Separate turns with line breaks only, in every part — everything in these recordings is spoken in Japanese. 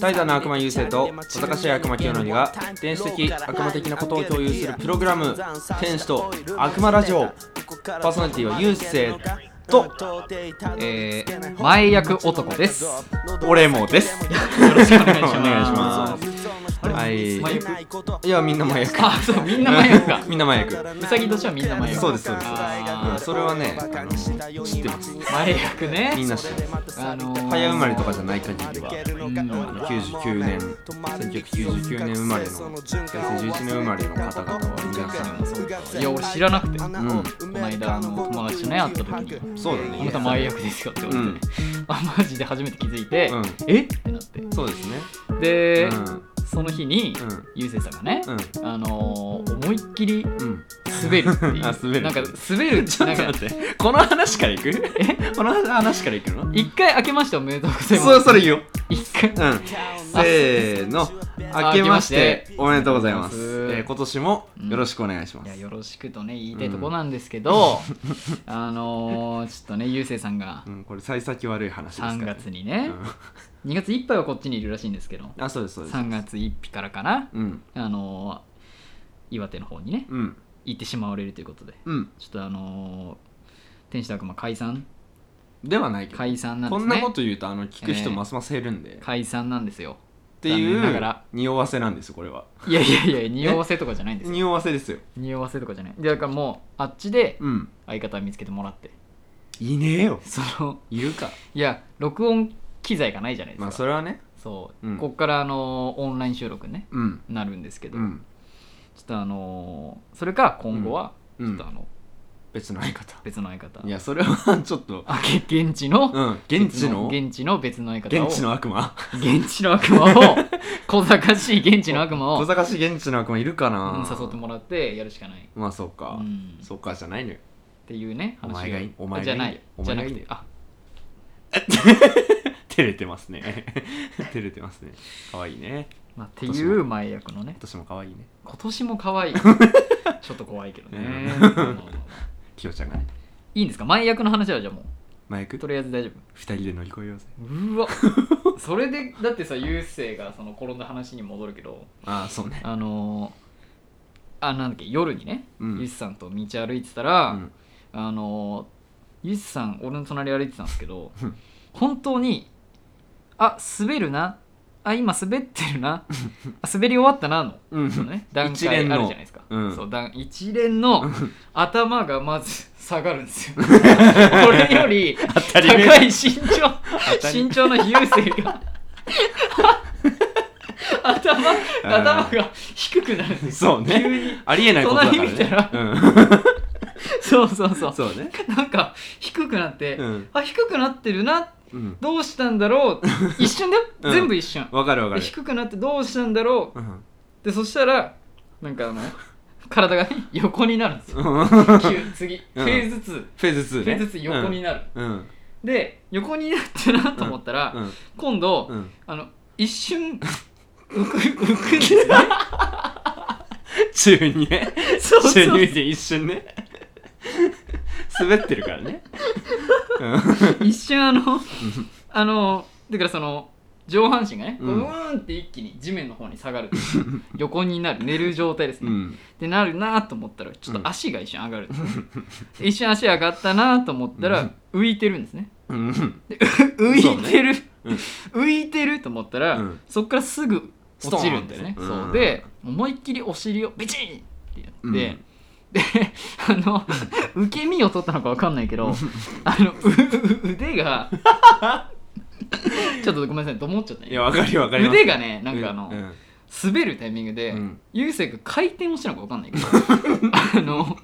ダの悪魔優勢と小高市悪魔清則が天使的悪魔的なことを共有するプログラム天使と悪魔ラジオパーソナリティは優勢と
えー、前役男です。よ
俺もです
ろしくお願いします。
お願いしますはい
前役
いやみんな麻薬
あ、そう、みんな前役か
。みんな麻薬
うさぎ年はみんな前役。
そうですそうです
あ
うん
ー
それはねあの知ってます
前役ね。
みんな知ってます
あのー
早生まれとかじゃない限りは
うん
あの99年1999年生まれの平成11年生まれの方々は皆さん
いや、俺知らなくて、こ
う
の間、あの、友達とね、会った時に。
んそうだね
あなた前役ですよって言われて、あマジで初めて気づいて、
うん
えってなって
そうですね
で、
うん
その日に、
うん
ゆうせいさんがね、
う
あのー思いっきり
んうん
滑るってい う
あ滑る
なんか滑る
ちょっと
なんか
待ってこの話からいくこの話からいくの
一回開けましておめでとうございます
そうそれ言おう
一回
うんせーの
あ
明けまして
明けまして
おめでとうございます
お
え
めでとうご
ー今年
ざいます
もよろしくお願いしま
いや
す
よろしくとね言いたいとこなんですけど、 あのーちょっとねゆうせいさんが
うんこれ幸先悪い話ですから
3月にね
うん
2月いっぱいはこっちにいるらしいんですけど
あそうですそうです
3月1日からかな
うん
あのー岩手の方にね
うん
行ってしまわれるということで
うん
ちょっとあのー天使と悪魔解散
ではないけど
解散なんで
こ
す
ん
ね
なこと言うとあの聞く人ますます減るんで、っ
解散なんですよ
てい
残念なが
う
ら
匂わせなんですよこれはい
やいやいや匂わせとかじゃないんですよ
匂わせですよ
匂わせとかじゃないだからもうあっちで
うん
相方見つけてもらって
いねえよ
その
いるか
いや録音機材がないじゃないですか、
まあそれはね
そう、
うん
こっからあのーオンライン収録ね
うん
なるんですけど、
うん
ちょっとあのーそれか今後はち
う
ょ
ん
っとあの
別の相方
別の相方、
いやそれはちょっと
あげ現地の、
うん現地の
別現地の別の相方を
現地の悪魔
現地の悪魔 を小賢しい現地の悪魔を、う
小
ん
賢しい現地の悪魔いるかな
誘ってもらってやるしかない、
まあそう
う
か
ん、
そうかじゃないのよ
っていうね
お前がいい
話を
お前
じ
がい
ゃ
いんだ
ない
よお
じゃ
前が
ないく
いんだ
て
よ
あ
照れてますね 照れてますね可愛いね
まあ、っていう前役のね
今年も可愛いね
今年も 可愛いちょっと怖いけどね、
ね
まあまあまあ
きよちゃんがね
いいんですか前役の話はじゃあも
マイク
うとりあえず大丈夫
二人で乗り越えようぜ
うわそれでだってさ優勢がその転んだ話に戻るけど
ああそうね
あのー、あなんだっけ夜にね
う
ゆ
ん
っさんと道歩いてたら、
うん
あのー、ゆっさん俺の隣歩いてたんですけど
うん
本当にあ滑るなあ今滑ってるなあ滑り終わったなの,、
うん
そのね、段
一
階ある
連
じ
の
ゃないですか
うん
そう段一連の頭がまず下がる んですよ俺より
当たり
高い
前
身長
たり
身長の優勢が頭頭が低くなるんです
そう
急
ね
に
ありえないことだからね
隣見たらそうそうそ
うん
う
そうね
なんか低くなって、
うん
あ低くなってるな
うん
どうしたんだろう一瞬だよ、
うん
全部一瞬
わかるわか
で
る
低くなってどうしたんだろう
うん
でそしたらなんかあの体が、ね、横になるんですよ
フ
急次フ
うん
ェーズ2、
ェーズ2
フェ
ね
ーズ2横になる、
うんうん
で横になってなと思ったら、
うん
今度、
うん
あの一瞬浮く浮くんですよ ね
中にね
そうそう
中入で一瞬ね滑ってるからね
一瞬あのあのだからその上半身がね、う
うん
ーんって一気に地面の方に下がる横になる寝る状態です
う
ね、っ
ん
てなるなと思ったらちょっと足が一瞬上がるんですね、一瞬足上がったなと思ったら浮いてるんですね
うん
で浮いてる、
うん
浮いてると思ったら、
うん
そっからすぐ落ちるんですね
ストーンってね
そううんで思いっきりお尻をビチンってやって、
うん
であの受け身を取ったのか分かんないけどあのうう腕がちょっとごめんなさいと思っちゃったね
いやわかるよわかります
腕がねなんかあの、
うん
滑るタイミングで、
うん
ゆうせいが回転をしたのか分かんないけど あの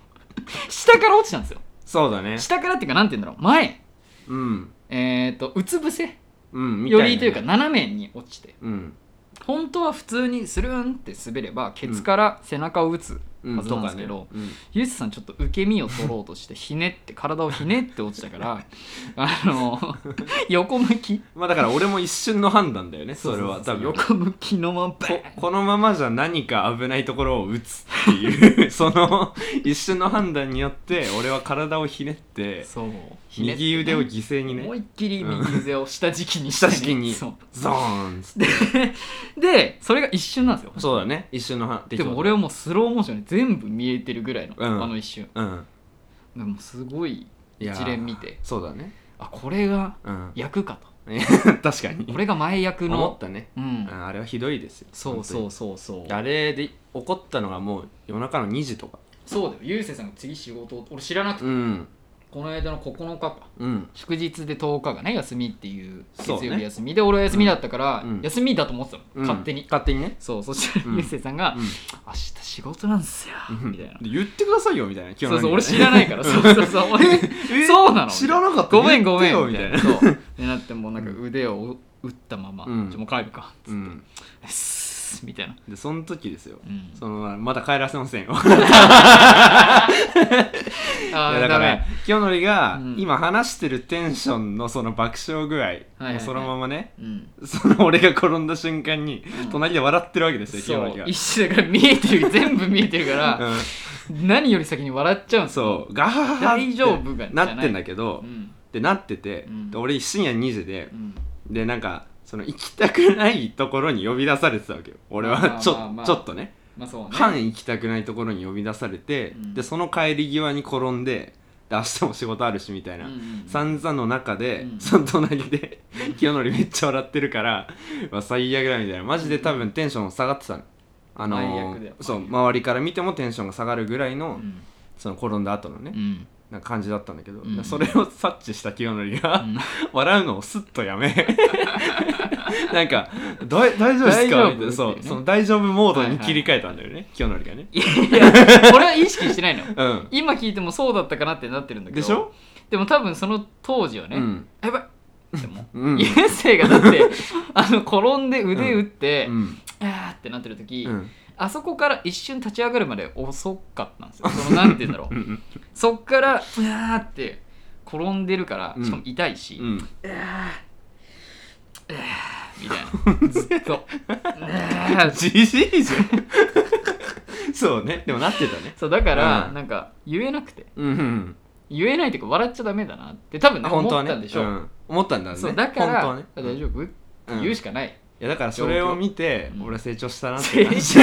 下から落ちたんですよ
そうだね
下からっていうかなんて言うんだろう前
うん
えっ、とうつ伏せ
うんみた
よ
いなね
りというか斜めに落ちて
うん
本当は普通にスルーンって滑ればケツから背中を打つ
うん
はずなんですけど、
とかね
ユースさんちょっと受け身を取ろうとしてひねって体をひねって落ちたから あの横向き
うんまあだから俺も一瞬の判断だよねそれは多分
横向きのままバ
こ
ーン
このままじゃ何か危ないところを打つって いうその一瞬の判断によって俺は体をひねって
そう
右腕を犠牲に
思
ね
いっきり右腕を下敷きにして
下
ね、
敷きに
そ
ゾーンっつって
うでそれが一瞬なんですよ
そうだね一瞬の判
でも俺
は
はもうスローモーションで全部見えてるぐらいの、
うん
あの一瞬
うん
でもすごい
いやー
一連見て
そうだね
あこれが
うん
役か
確かに
とこれが前役
思っ
の
たね
うん
うんあれはひどいですよ
そうそううそうそう
あれで怒ったのがもう夜中の2時とか
そうだよゆうせいさんが次仕事俺知らなくて、
うん
この間の9日か
うん
祝日で10日がね休みっていう月
そうね
曜日休みで俺は休みだったから、
うん
休みだと思ってたの、
うん
勝手に
勝手にね
そうそしたら
うん
ゆうせいさんが、
うん
明日仕事なんすよ」みたいな。
言ってくださいよみたいな今日
そうそう
何
俺知らない からそうそうそう俺
え
そうなの
知らなかった
ごめんごめん
み
みた
た
い
い
な
な
そうでなってもうなんか腕を打ったまま「
うん
じゃあもう帰るか」
う
つって
ん
うっすみたいな、
でその時ですよ
うん、
そのまだ帰らせませんよいや
ああ
だ
ダ
から
メ
清則が
うん
今話してるテンションのその爆笑具合
はいはい
もうそのままね
うん
その俺が転んだ瞬間に
うん
隣で笑ってるわけですよ清
そ
則が
う一瞬だから見えてる全部見えてるから何より先に笑っちゃうん
うん
ですよ
そうガハハハって
大丈夫が
なってんだ
け
けど
うん
ってなってて
うん
で俺深夜2時で
うん
でなんかその行きたくないところに呼び出されてたわけよ俺
まあ
はちょ,、
まあまあ
ちょっとね
まあそうね
半行きたくないところに呼び出されて、
うん
でその帰り際に転んでで明日も仕事あるしみたいな、
うんうんうん
散々の中で、
うん
その隣で 清則めっちゃ笑ってるから、まあ、最悪だみたいなマジで多分テンション下がってたの。あの
最悪だよ
ー、そう周りから見てもテンションが下がるぐらいの,、
うん
その転んだ後のね、
うん
なんか感じだったんだけど、
うん
それを察知した清則が、
うん
笑うのをスッとやめ なんかだい大丈夫です
大丈夫
かみたいなそ
っていう
う
ね
その大丈夫モードに切り替えたんだよね清則がね
いや俺は意識してないの
うん
今聞いてもそうだったかなってなってるんだけど
でしょ
でも多分その当時はね、
うん
やばいでも
うん
優勢がだって あの転んで腕打って、
うん
あーってなってる時、
うん
あそこから一瞬立ち上がるまで遅かったんですよそのなんて言うんだろ
う
うんそっからうわーって転んでるから
うん
しかも痛いし、
うん
みたいなず っとうわー
じじいじゃんそうねでもなってたね
そうだから、
うん
なんか言えなくて
うんうん
言えないというか笑っちゃダメだなって多分ね
あ本当
思
は
っ
ね
たんでしょう、
ん思ったんだね
そうだから、
本当はね
大丈夫、って
うん
言うしかない
いやだからそれを見て
うん
俺は成長したなって
成
感
長
じ
い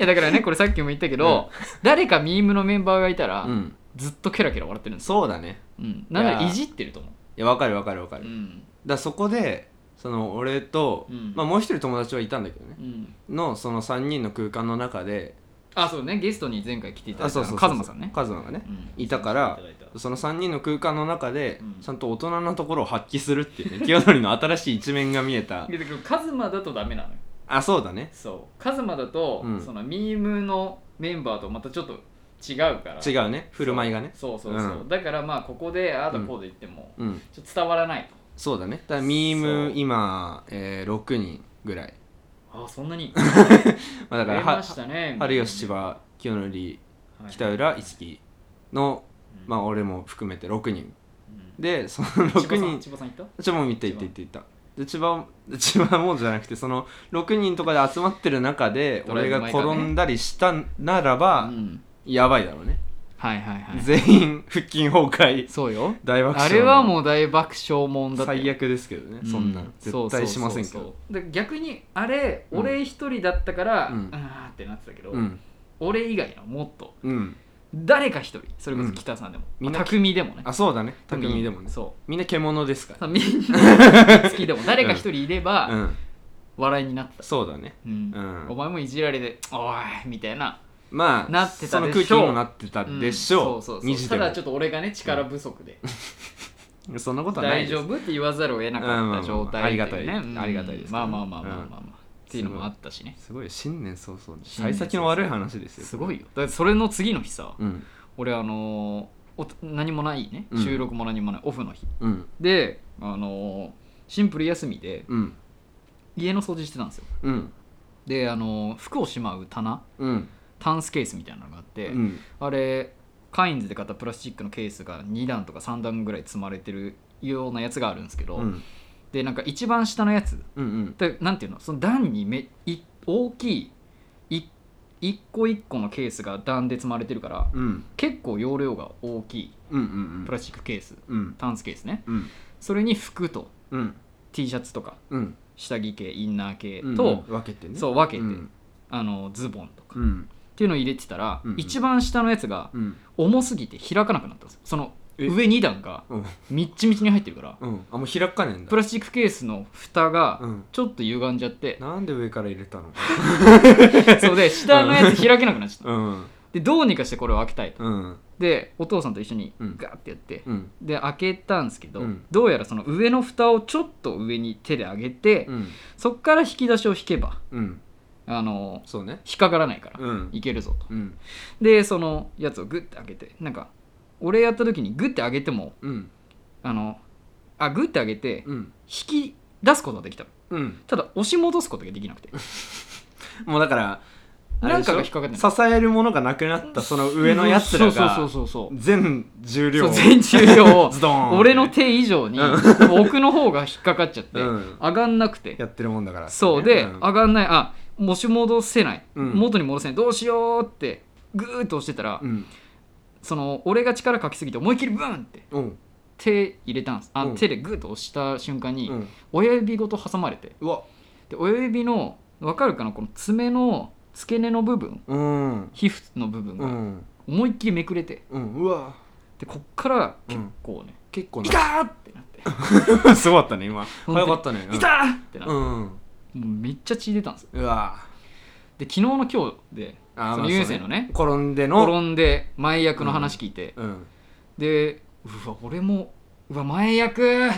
やだからねこれさっきも言ったけど、誰かミームのメンバーがいたら、
うん
ずっとケラケラ笑ってるんですよ、
そうだね
うん、なんなら
いや
いじってると思う
いやわかるわかるわかる
う
だか
ん
らそこでその俺と
うん
まあもう一人友達はいたんだけどね
うん
のその3人の空間の中で
あそうねゲストに前回来ていただ
あ
いた
そう
あ
そ
の
う
カズマさんね、
カズマがね
うん
いたから
いただいた
その3人の空間の中で
うん
ちゃんと大人なところを発揮するっていうね清則の新しい一面が見えた
いやだけどカズマだとダメなのよ
あそうだね
そうカズマだと、
うん
そのミームのメンバーとまたちょっと違うから
違うね振る舞いがね
そうそうそうそう、
う
だからまあここでああだこうで言っても、
うん
ちょっと伝わらない
そうだねだからミー
そう
ム今、えー6人ぐらい、
とあそんなに
まあ、 だか
だからら
は
ましたね
春吉千葉清則
はい
北浦五木の、
うん
まあ、俺も含めて6人
うん
でその
千葉
6
さん
人
千葉さん行った
ちょもう見て行って行って行ったで千葉も千葉もじゃなくてその6人とかで集まってる中で
ドライ
俺
ブ
が
前からね
転んだりしたならば、
うん
やばいだろうね、
はいはいはい
全員腹筋崩壊
そうよ
大爆
あ
笑
れはもう大爆笑もんだって
最悪ですけどね、
う
そんなん
そ
絶
うそうそうそう
対しませんけど
で逆にあれ
うん
俺一人だったから
うん
あーってなってたけど、
うん
俺以外のもっと
うん
誰か一人それこそ北さんでも、
みんな
匠でもね
あそうだね匠でもね
そ
みんな獣ですか
うみんな好き でも誰か一人いれ
らう
ば
ん
笑いになってた、
そうだね
うん
うん
お前もいじられて「おい」みたいな、
まあ
なってた
その
でしょ
空
う
気にもなってたでしょう,、
んそうそう
2
そ
時
うた
で
だ
も
ちょっと俺がね力不足で
そんなことはない
大
です
丈夫って言わざるを得なかった状態ってうね
うんまあまあまあありがたいありがたいですけ
ま
ど
あ
ね
まあまあまあまあまあ、っていうのもあったしね
すごい新年早々に
新年
幸
早々
先の悪い話ですよ
すごいよだってそれの次の日さ、
うん
俺あのーお何もないね
うん
収録も何もない、オフの日
うん
であのーシンプル休みで
うん
家の掃除してたんですよ
うん
であのー服をしまう棚
うん
タンスケースみたいなのがあって、
うん
あれカインズで買ったプラスチックのケースが2段とか3段ぐらい積まれてるようなやつがあるんですけど、
うん
でなんか一番下のやつ
うんうん
でなんていうのその段にめい大きいい一個一個のケースが段で積まれてるから
うん
結構容量が大きい
うんうん
プラスチックケース
うん
タンスケースね
うん
それに服と
うん
T シャツとか
うん
下着系インナー系
うん
と、
分けてね
そう分けて、
うん
あのズボンとか、
う
っ
ん
ていうのを入れてたら、
うんうん
一番下のやつが
うん
重すぎて開かなくなったんですよその
え
上2段が
うん
みっちみちに入ってるから
うんあもう開かねえんだ
プラスチックケースの蓋
う
が
ん
ちょっと歪んじゃって、
なんで上から入れたの
そうで下のやつ開けなくなっちゃった
うん
でどうにかしてこれを開けたいと
うん
でお父さんと一緒に
うん
ガーってやって、
うん
で開けたんですけど、
うん
どうやらその上の蓋をちょっと上に手で上げて、
うん
そっから引き出しを引けば
うん
あの
そうね
引っかからないから、
うん
いけるぞと
うん
でそのやつをグッて開けてなんか俺やった時にグッて上げても
うん
あのあグッて上げて
うん
引き出すことができたの
うん
ただ押し戻すことができなくて
もうだからあれ
なん
でしょ
かが引っかかってない
支えるものがなくなったその上のやつらが
そうそうそうそう
全重
そ
量
う全重量を
ズドーンって
俺の手以上に奥の方が引っかかっちゃって
うん
上がんなくて
やってるもんだから
そうで
ん
上がんないあもし戻せない
うん
元に戻せないどうしようってグーッと押してたら
うん
その俺が力かきすぎて思いっきりブーンって
うん
手入れたんですあ
うん
手でグーッと押した瞬間に
うん
親指ごと挟まれて
うわ
で親指の分かるかなこの爪の付け根の部分
うん
皮膚の部分
う
が
ん
思いっきりめくれて
うんうわ
でこっから結構ね
結構
「い
な
たー!」ってなっ て
すごかったね今
当に
早かったね
「
うん
いたー!」ってなっ
う
ても
ん
うめっちゃ血出たんですよ
うわ
で昨日の今日で
あーまあ
その優勢のね
転んでの
転んで前役の話聞いて
うん
でうわ俺もうわ 前役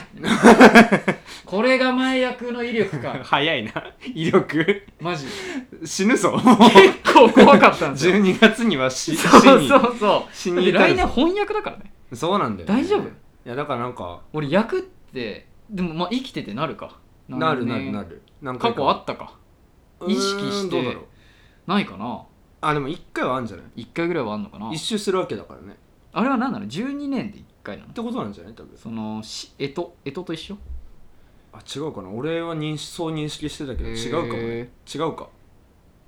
これが前役の威力か
早いな威力
マジ
死 ぬぞ
結構怖かったんですよ
12月には死死
そう
に
そうそう
死
だっ
に
て
至
来
る
年
ぞ
翻訳だからね
そうなんだよね
大丈夫
いやだからなんか
俺役ってでもまあ生きててなるか
なるな
ね
るなるなんか
過去あったか意識して
どうだろう
ないかな
あでも1回はあるんじゃない
1回ぐらいはあんのかな
一周するわけだからね
あれは何なの12年で1回なの
ってことなんじゃない多分
そのしえとえとと一緒
あ違うかな俺は認識そう認識してたけど
へ
違う
ー
かもね違うか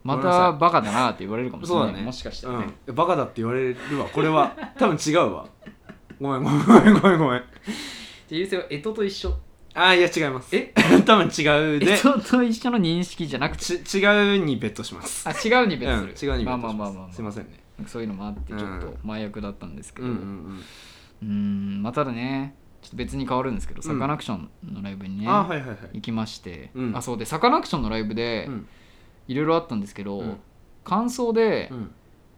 ま
ごめんなさ
たバカだなって言われるかもしれ
そ
な
う
い、
だね
もしかした
う
らね、
んバカだって言われるわこれ は多分違うわごめんごめんごめんごめん
で優勢はえとと一緒
あいや違います
え
多分違う
え
で
とと一緒の認識じゃなくて
ち違うにベットします
あ違うに
うん
別する、
違うにベ
まあ
ット
ま
し
あまあまあ、
ますすいませんね
んそういうのもあってちょ
うん
っと麻薬だったんですけ
うん
ど
う
うんんまあただねちょっと別に変わるんですけど
ん
サカナクションのライブに
う
ね、
んあはいはいはい
行きまして、
うん
あそうでサカナクションのライブで
うん
いろいろあったんですけど、
うん
感想で、
うん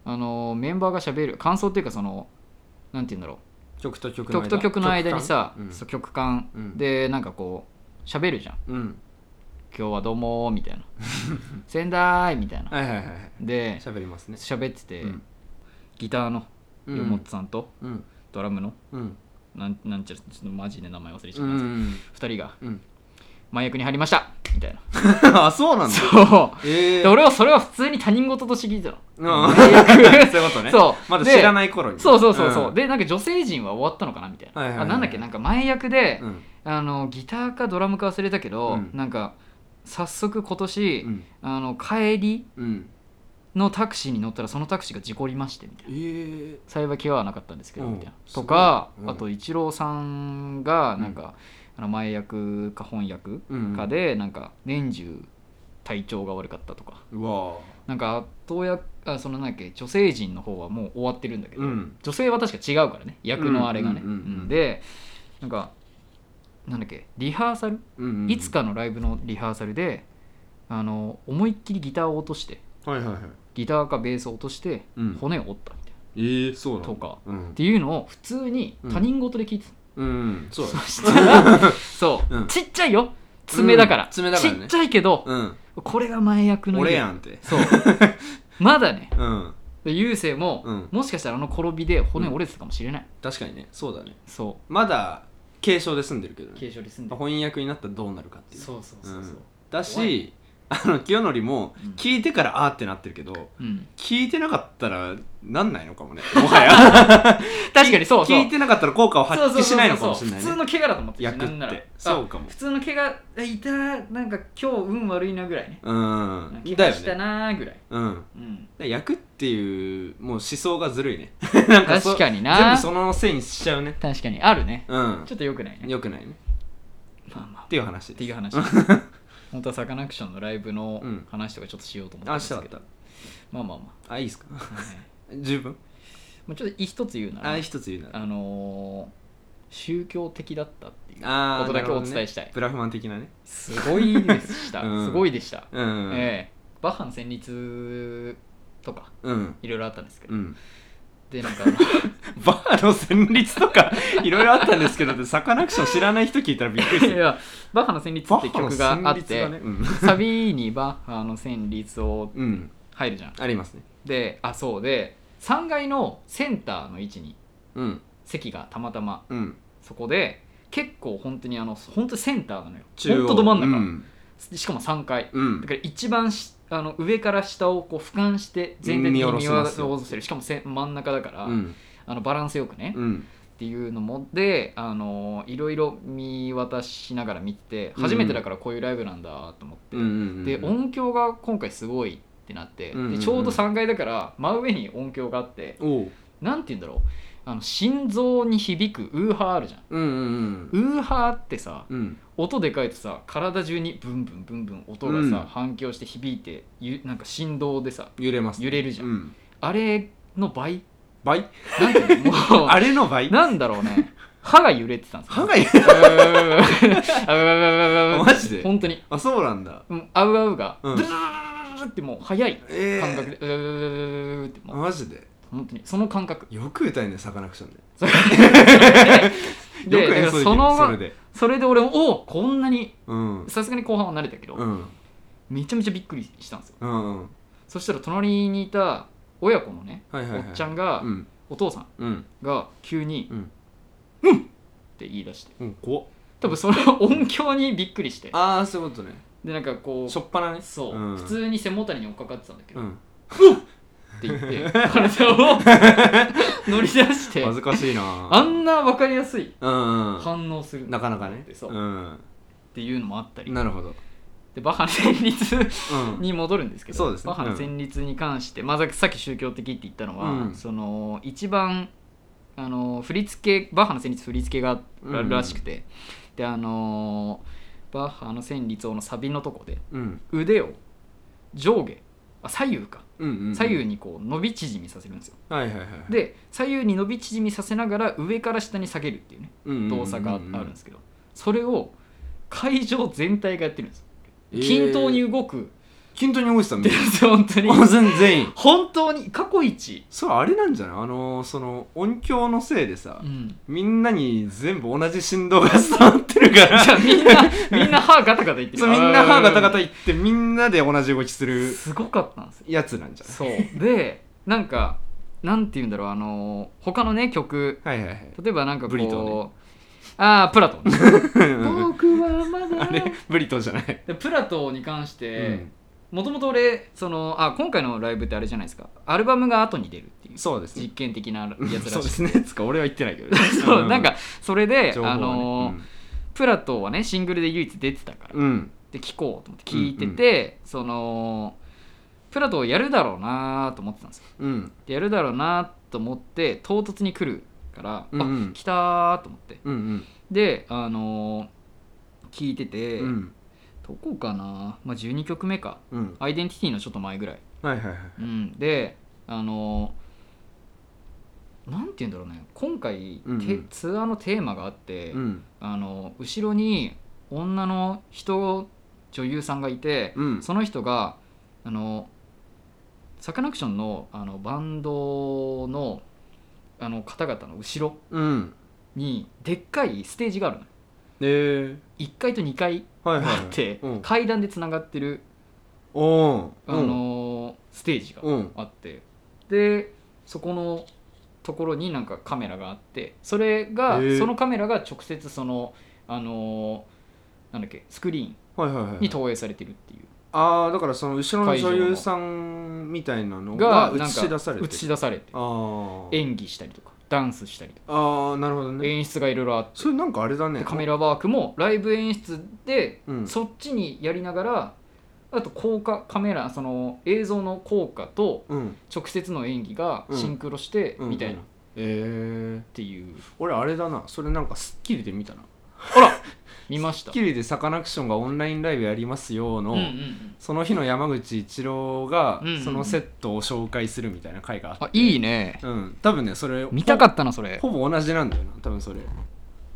あのメンバーがしゃべる感想っていうかそのなんて言うんだろ
曲と曲
う
の間
曲と曲の間にさ
曲間
そう曲間
うん
でなんかこうしゃべるじゃん
うんうん
「今日はどうも」みた いな「仙台」みたいな
はいはいはいはい
で
喋りますね
喋ってて、
うん
ギターの
うん
よもっさんと、
うん
ドラムの
うん
なんなんちゃらちょっとマジで名前忘れちゃ
う
ったんですけど、
ん
2人が
うん
「麻薬に入りました」みたいな
あそうなんだ
そう
ええ
で俺はそれは普通に他人事として聞いてたの
うん
役
そういうことね。
そう
まだ知ら
い
ない頃に。
そうそうそうそう、
ん。
でなんか女性陣は終わったのかなみたいな、
はいはいはい
あなんだっけなんか前役で、
うん。
あのギターかドラムか忘れたけど、
うん
なんか早速今年、
うん。
あの帰り
うん。
のタクシーに乗ったらそのタクシーが事故りましてみたいな
ええ。
幸い怪我はなかったんですけど
うん
みたいな、
すごい
とか、
うん
あとイチローさんがなんか、あの前役か翻訳
うん
かでなんか年中体調が悪かったとか
うわ
なんか当役あそのなんだっけ女性陣の方はもう終わってるんだけど、
うん
女性は確か違うからね役のあれがね、
うんうんうんうん
うんでなんかなんだっけリハーサル、
ぁ。
いつ。かのライブのリハーサルであの思いっきりギターを落として
はいはいはい。
ギターかベースを落として、
うん
骨を折ったみたいな
ええ、そうなんだ
とか
うん
っ。ていうのを普通に他人事で聞いてた、
うん。そうだね
そしたら そう、
うん
ちっちゃいよ爪だから,、
うん爪だからね
ちっちゃいけど、
うん。
これが前役の
俺
家
やんって。
そう まだね
うん。
で優勢も、
うん
もしかしたらあの転びで骨折れてたかもしれない、
確かにね。そうだね。
そ
まだ軽症で済んでるけど
う
ね。
軽症で済んでる
翻訳になったらどうなるかっていう。
そうそうそうそう、
んだ
怖
し、あの清則も聞いてからあーってなってるけど、
うん、
聞いてなかったらなんないのかも ねもはや
確かにそうそう
聞いてなかったら効果を発揮しないのかもしれないね
そうそうそうそう普通の怪我だと思ってるし
役っ
なんなら
てそうかも
普通の怪我あいたなんか今日運悪いなぐらいね
うんだ
怪我
よ
した
ね
なぐらい、
うん
うん、
役っていうもう思想がずるいねなんかそう
確かにな
全部そのせいにしちゃうね
確かにあるね
うん
ちょっとよくないね
よくないね
まあまあ
っていう話
っていう 話本当はサカナクションのライブの
うん
話とかちょっとしようと思ったん
あ
で
し
すけ
た
ど、
かった
まあまあま
あいいっすか
あ、はい
十分
まあちょっと一つ言うなら
あ
ね、
一つ言うなら
あのー宗教的だった っていう
あー
ことだけ
なるほ
お
どね
伝えしたい、
ブラフマン的なね
すごいでした、
うん
すごいでした、
うん
ええバッハの旋律とか
うん
いろいろあったんですけど、
うん
でなんか
バーの旋律とかいろいろあったんですけどでサカナクション知らない人聞いたらびっくりす
い
る
やバッハの旋律
バ
っ
ッ
て
ハの
曲があっ
旋律
て、
がねうん
サビにバッハの旋律を
うん
入るじゃん
ありますね
であそうで3階のセンターの位置に
うん
席がたまたま
うん
そこで結構本当にあの本当センターなのよ
中
本
央
当ど真ん中、
うん
しかも3階
うん
だから一番しあの上から下をこう俯瞰して全体的に
見下
見
ろせますよ
下ろせるしかもせ真ん中だから、
うん
あのバランスよくね、っ
うん
ていうのもであのいろいろ見渡しながら見て
うん
初めてだからこういうライブなんだと思って、
うんうん
で音響が今回すごいってなって、
うんうんうん
でちょうど3階だから真上に音響があって、
おう
なんて言うんだろうあの心臓に響くウーハーあるじゃん
うんうん
ウーハーってさ
うんうん
音でかいとさ体中にブンブンブンブン音がさ、
うん
反響して響いてゆなんか振動でさ
揺れます
揺れるじゃん
うん
あれの倍
倍
なんていうのもう
あれの倍
なんだろうね歯が揺れてたんですよ
歯が揺れ
うーあううううう
マジで
本当に
あそうなんだ
うんあうあうが
うん
ドゥルルルルルルってもう速い
ええ
感覚でうううううってもう
マジで
本当にその感覚
よく歌えねサカナクションで
で
よく
だ
演
から
奏でき
そ
る
の
それで
それで俺もおおこんなに
うん
さすがに後半は慣れたけど、
うん
めちゃめちゃびっくりしたんですよ
うんうん
そしたら隣にいた親子のね、
はいはいはい
おっちゃんが、
うん
お父さん
うん
が急に「
う
うんん」って言い出して
うん怖っ
多分その音響にびっくりして
ああそういうことね
でなんかこ
しょ
う
っぱなね
そう、
うん
普通に背もたれに追っかかってたんだけど、
う
っ
ん
て 言って体を乗り出して
恥ずかしいな
あんな分かりやすい
うんうん
反応する
なかなかね
そう
うん
っていうのもあったり
なるほど
でバッハの旋律
うん
に戻るんですけど
そうですね
バッハの旋律に関して、まあ、さっきさっき宗教的って言ったのは、
うん
その一番あの振り付けバッハの旋律振り付けがあ
うん
るらしくて、であのバッハの旋律をのサビのとこで
うん
腕を上下あ左右か
うんうんうん
左右にこう伸び縮みさせるんですよ、
はいはいはい
で左右に伸び縮みさせながら上から下に下げるっていうね動作がああるんですけど、それを会場全体がやってるんですよ均等に
えー
動く
均等に動いてた
っ
み
て
たい
やつ本当に
な全全員
本当に過去一、
それあれなんじゃないあのーその音響のせいでさ
うん、
みんなに全部同じ振動が伝わってるから
じゃあみんなみんな歯ガタガタ言ってる
そうみんな歯ガタガタいってみんなで同じ動きする
すごかったんですよ
やつなんじゃ
そうでなんかなんて言うんだろうあの他のね曲
ないはいはいはい
例えばなんかこう
ブリトー
ああプラトン
うん
僕は ま
あ
だ
れブリトーじゃない
でプラトンに関し
う
て
ん
もともと俺そのあ今回のライブってあれじゃないですかアルバムが後に出るっていう
そうです
実
ね
験的なやつ
そ
ら
う
し
で
い
すねつか俺は言ってないけど
そうなんかそれで、
情報は
あ
ね
のープラトンはねシングルで唯一出てたから、
うんうん
で聞こうと思って聞いてて、そのプラトをやるだろうなと思ってたんですよ
うん
でやるだろうなと思って唐突に来るから、
うんうん
あ来たーと思って
うんうん
であのー聞いてて、
うん
どこかな、まあ、12曲目か
うん
アイデンティティのちょっと前ぐらい、
はいはいはい
うん、であのーなんて言うんだろうね今回、
うんうん
てツアーのテーマがあって、
うん
あの後ろに女の人女優さんがいて、
うん
その人があのサカナクションのあのバンドのあの方々の後ろ
うん
にでっかいステージがあるの
え
1階と2
ー
階
はいはい
が
はい
あって、
うん
階段でつながってる、
おー
あのステージが
うん
あってでそこのところになんかカメラがあってそれが、
へー
そのカメラが直接そのあのなんだっけスクリーン
はいはいはい
に投影されてるっていう
ああだからその後ろの
会場
女
の
優さんみたいなの
が
が
なん
映
か
し出されて
映し出されて
あー
演技したりとかダンスしたりと
あーなるほど
か
ね
演出がいろいろあって
それなんかあれだね
カメラワークもライブ演出で
うん
そっちにやりながらあと効果カメラその映像の効果と
うん
直接の演技がシンクロして
うん
みたいな
う
っ
んええ
ていう
俺あれだなそれなんか『スッキリ』で見たな『
見まし
ス
た
ッキリ』でサカナクションがオンラインライブやりますよの、
うんうんうん
その日の山口一郎が
うんうんうん
そのセットを紹介するみたいな回があって、
あいいね
うん、多分ねそれ
見たかったなそれ
ほぼほぼ同じなんだよな多分それ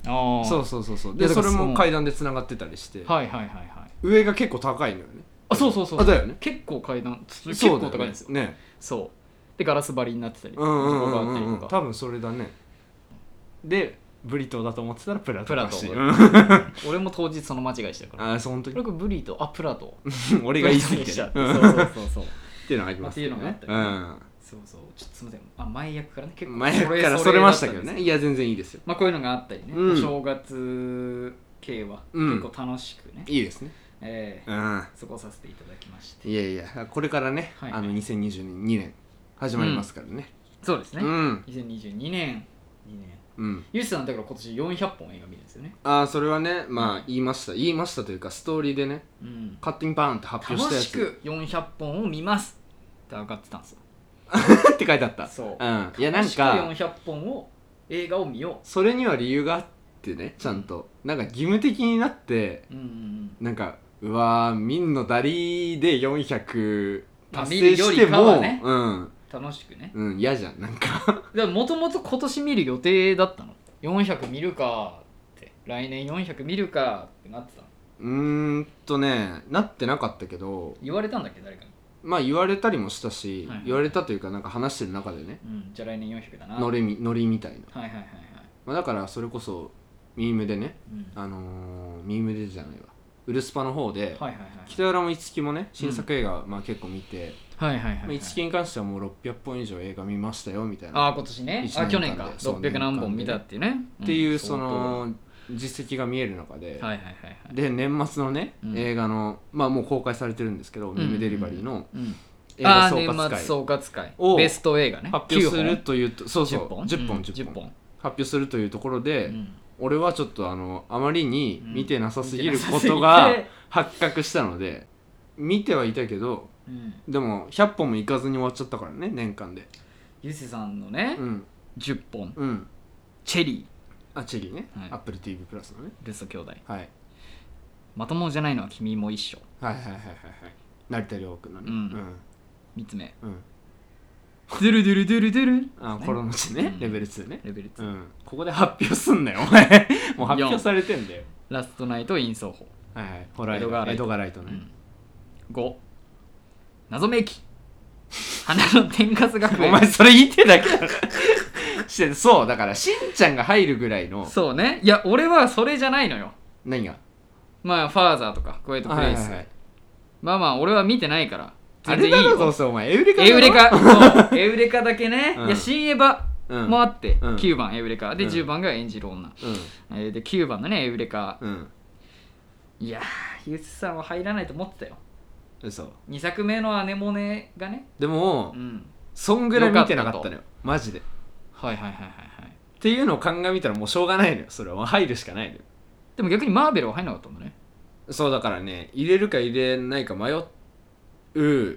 ああ
そうそうそうそう
いや
で
だか
そ
ら
れ
そ
も
う
階段でつながってたりして
はいはいはいはい
上が結構高いのよね
あそうそうそう
あだよね
結構階段結構高いんですよ
そうだよねね
そうでガラス張りになってたり
うんうんうんうん
事故があったり
うん
と
多
か
分それだねでブリトーだと思ってたらプラト
プラ
だ
ト
し
ー
うん
俺も当日その間違いしたから
あーそう本当
これ
に
これブリーとあプラと
俺が言い過ぎて
そう
ね
そう
うんっ
そうそう
ていうのがありますよ
っていうのがあ
ね
った
う
り
ん
そうそうちょっとすみませんあ前役からね結構
前からそれましたけどねいや全然いいですよ
まあこういうのがあったりね、
うん
お正月系は
うん
結構楽しくね、
いいですね
ええ
うん
過ごさせていただきまして
いやいやこれからね、
はい
あの2022年始まりますからね、
そうですね、
うん
2022年2年
うん
ゆうすさんだから今年400本映画見るんですよね
ああそれはねまあ言いました言いましたというかストーリーでね
うん
勝手にバーンって発
楽
表したや
し
つ
く400本を見ますって上がってたんですよ
って書いてあった
そ
う
う
ん、いやなん
楽
か
しく400本を映画を見よ
それには理由があってねちゃんと、なんか義務的になって
ううんうんうん
なんかうわーみんのダリーで400
まあ
達成して
見るよりかは
も、
ね
うん
楽しくね
うん嫌じゃんなんか
でもともと今年見る予定だったの400見るかって来年400見るかってなってたの
うーんとねなってなかったけど
言われたんだっけ誰かに、
まあ言われたりもしたし、
はいはい
言われたというかなんか話してる中でね
うん、じゃあ来年400だな
ノリみノリみたいな、
はいはいはいはい、
まあ、だからそれこそミームでね
うん、
あのー、ミームでじゃないわウルスパの方で、
はいはいはい
北浦も樹もね新作映画、まあ、結構見て
はいはいはい
まあ樹、に関してはもう600本以上映画見ましたよみたいな
ああ今年ね
一
あ
年間で
去年か
そう
600何本見たっていうね
ってい
ん
うその実績が見える中で、
相当はいはいはいはい
で年末のね、
うん
映画のまあもう公開されてるんですけど、ミームデリバリーの
うんうん
映
あ
画
あ
総
年
括
末
会
総括会
を
ベスト映画ね
発表する
9
というとそうそう
本
10本
うん
,10
10
本
本
発表するというところで、
うん
俺はちょっとあのあまりに見てなさすぎる
うん
ことが発覚したので見てはいたけど
うん
でも100本もいかずに終わっちゃったからね年間で
ゆせさんのね
うん
10本
うん
チェリ
あチェリーね、
はい
アップル TV プラスのね、
ールソ兄弟
はい、
まともじゃないのは君も一緒
はいはいはいはいはい成田凌君のね
うん3つ目
うん、うん
ドゥルドゥルドゥルドゥル
あ
ね
コロナちね、
うん
レベル2ね
レベル
う
2
んここで発表すんなよお前もう発
四
表されてんだよ
ラストナイト陰奏法
はいはいホラー
江戸川ライ
江
ト
戸川ライトね、
5謎めいき花の天かす学
お
園
前それ言ってたけどしてそうだからしんちゃんが入るぐらいの
そうねいや俺はそれじゃないのよ
何が
まあファーザーとかクエイトプレイス、
はいはいはい
まあまあ俺は見てないから
あ
全
れ
然いい
だろどう
よ
せお前エウレカだろ
エウレカそうエウレカだけね、
うん
いや新エヴァ
うん
もあって、
うん
9番エウレカで
うん
10番が演じる女、
う
えーで9番のねエウレカ
んうん
いやーゆうすさんは入らないと思ってたよ
嘘
2作目のアネモネがね
でも、
うん
そんぐらい見てなかったのよマジでっ
はいはいはいはいはい
ていうのを鑑みたらもうしょうがないのよそれはもう入るしかないのよ
でも逆にマーベルは入んなかったんだね
そうだからね入れるか入れないか迷うっ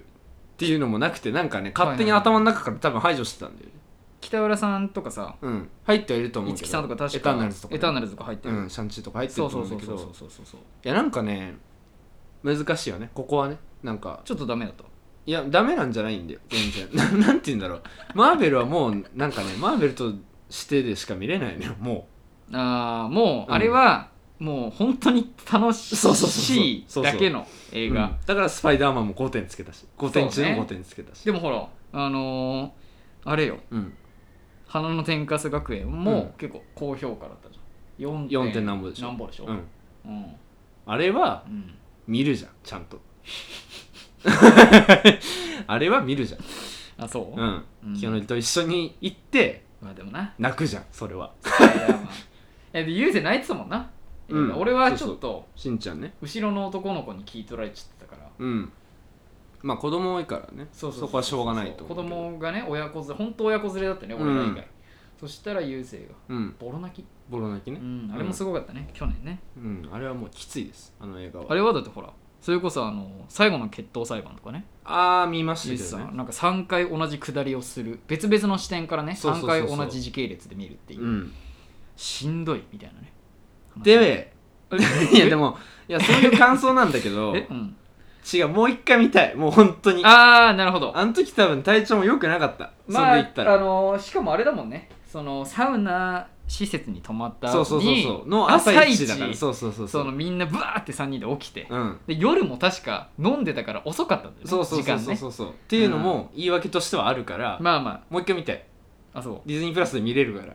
ていうのもなくてなんかね勝手に
はいはい
頭の中から多分排除してたんだよね、
北浦さんとかさ
うん入ってはいると思うけど
五木さんとか確か
エターナルズとかね、
エターナルズとか入ってる、
うんシャンチーとか入って
そ
る
う
と
そ
思
う
うん
そ
だ
う
け
そ
ど
うそうそうそう
いやなんかね難しいよねここはねなんか
ちょっとダメだと
いやダメなんじゃないんだよ全然 ななんて言うんだろうマーベルはもうなんかねマーベルとしてでしか見れないのよも
ああもう
うん
あれはもう本当に楽
そうそうそうそう
しいだけの
う
映画
うんだからスパイダーマンも5点つけたし5点中
そうね
の5点つけたし
でもほらあのーあれよ
うん
「花の天かす学園」
うん
も結構高評価だったじゃん
4点なんぼでしょ
何ぼでしょ
うん
うん
あれは
うん
見るじゃんちゃんと あれは見るじゃん
あそう
うん
うん
キヨノリと一緒に行って
まあでもな
泣くじゃんそれは
スパイダーマンえでゆうせ泣いてたもんな、
うん
俺はちょっと
しんちゃんね
後ろの男の子に聞い取られちゃってたから
うんまあ子供多いからね
そうそうう
こはしょうがないと
子
思うけど
供がね親子連れ本当親子連れだったね俺ら以外、
うん
そしたら優勢が
うん
ボロ泣き、
ボロ泣きね
うん、あれもすごかったね、去年ね
うんあれはもうきついですあの映画は
あれはだってほらそれこそあの最後の決闘裁判とかね
ああ見まし
ゆう
たけ
さ
どね
んなんか3回同じ下りをする別々の視点からね
そうそう
3
そうそう
回同じ時系列で見るっていう
うん
しんどいみたいなね
で いやでもいやそういう感想なんだけど
え、うん、
違うもう一回見たいもう本当にあ
ああなるほど
の時多分体調も良くなかった、そ
まあ、
んで言ったら
あのーしかもあれだもんねそのサウナ施設に泊まった
そう
後
そう
に
そうそうの朝一
朝
だからそうそうそう
そうのみんなブワーって3人で起きて、
うん
で夜も確か飲んでたから遅かったんだよね
そうそうそうそう
時間
そ
ね
うそう、っていうのも言い訳としてはあるから、
まあま
もう一回見たい
ああそう
ディズニープラスで見れるから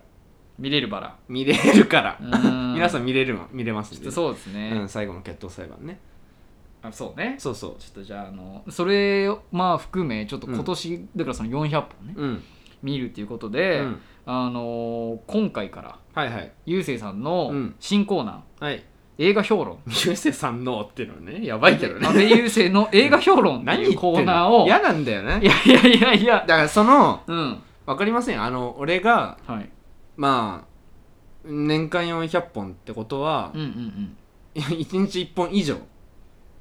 見れるバラ
見れるから
うーん
皆さん見れるわ見れます
ちょ
ん
っ
で
とそうですね、
うん、最後の決闘裁判ね
あそうね
そうそう
ちょっとじゃああのそれをまあ含めちょっと今年、だからその400本ね、
うん、
見るっていうことで、
うん、
あのー今回から
はいはい
ゆうせいさん
う
の
ん
新コーナー、
はい
映画評論
ゆうせいさんのっていうのはねやばいけど
安倍
ね
ゆうせいの映画評論って
何
い
言ってんの
うコーナーを
嫌なんだよね
いやいやいやいや
だからその
うん
わかりませんあの俺が
はい
まあ年間400本ってことは
うん、うん
一1日1本以上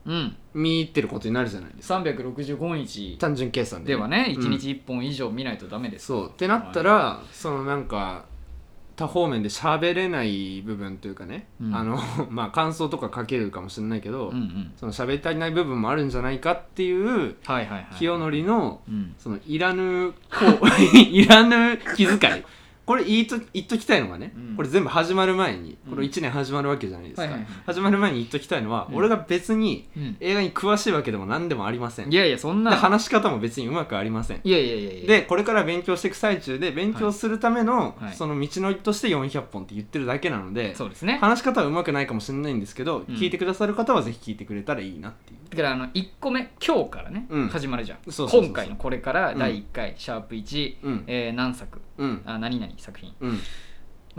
うんうん
見入ってることになるじゃないですか
365日
単純計算で
ではね、
うん
1日1本以上見ないとダメです
そうってなったら、そのなんか多方面で喋れない部分というかね、
うん
あの まあ感想とか書けるかもしれないけど、
うんうん
その喋り足りない部分もあるんじゃないかっていう
はいはいはい
清則の
うん
そのいらぬこう いらぬ気遣いこれ言いと言っときたいのがね、
うん
これ全部始まる前に
うん
これ1年始まるわけじゃないですか、
はいはいはい
始まる前に言っときたいのは、
うん
俺が別に
うん
映画に詳しいわけでも何でもありません
い
で
やいやそんな
話し方も別にうまくありません
いやいやいやいや
でこれから勉強していく最中で勉強するための、
はいはい
その道のりとして400本って言ってるだけなので、
そうですね
話し方はうまくないかもしれないんですけど、聞いてくださる方はぜひ聞いてくれたらいいなっていう
だからあの1個目今日からね、
うん
始まるじゃん
そうそうそうそう
今回のこれから第1回、シャープ1、
うん
えー何作
うん
あ何々作品
うん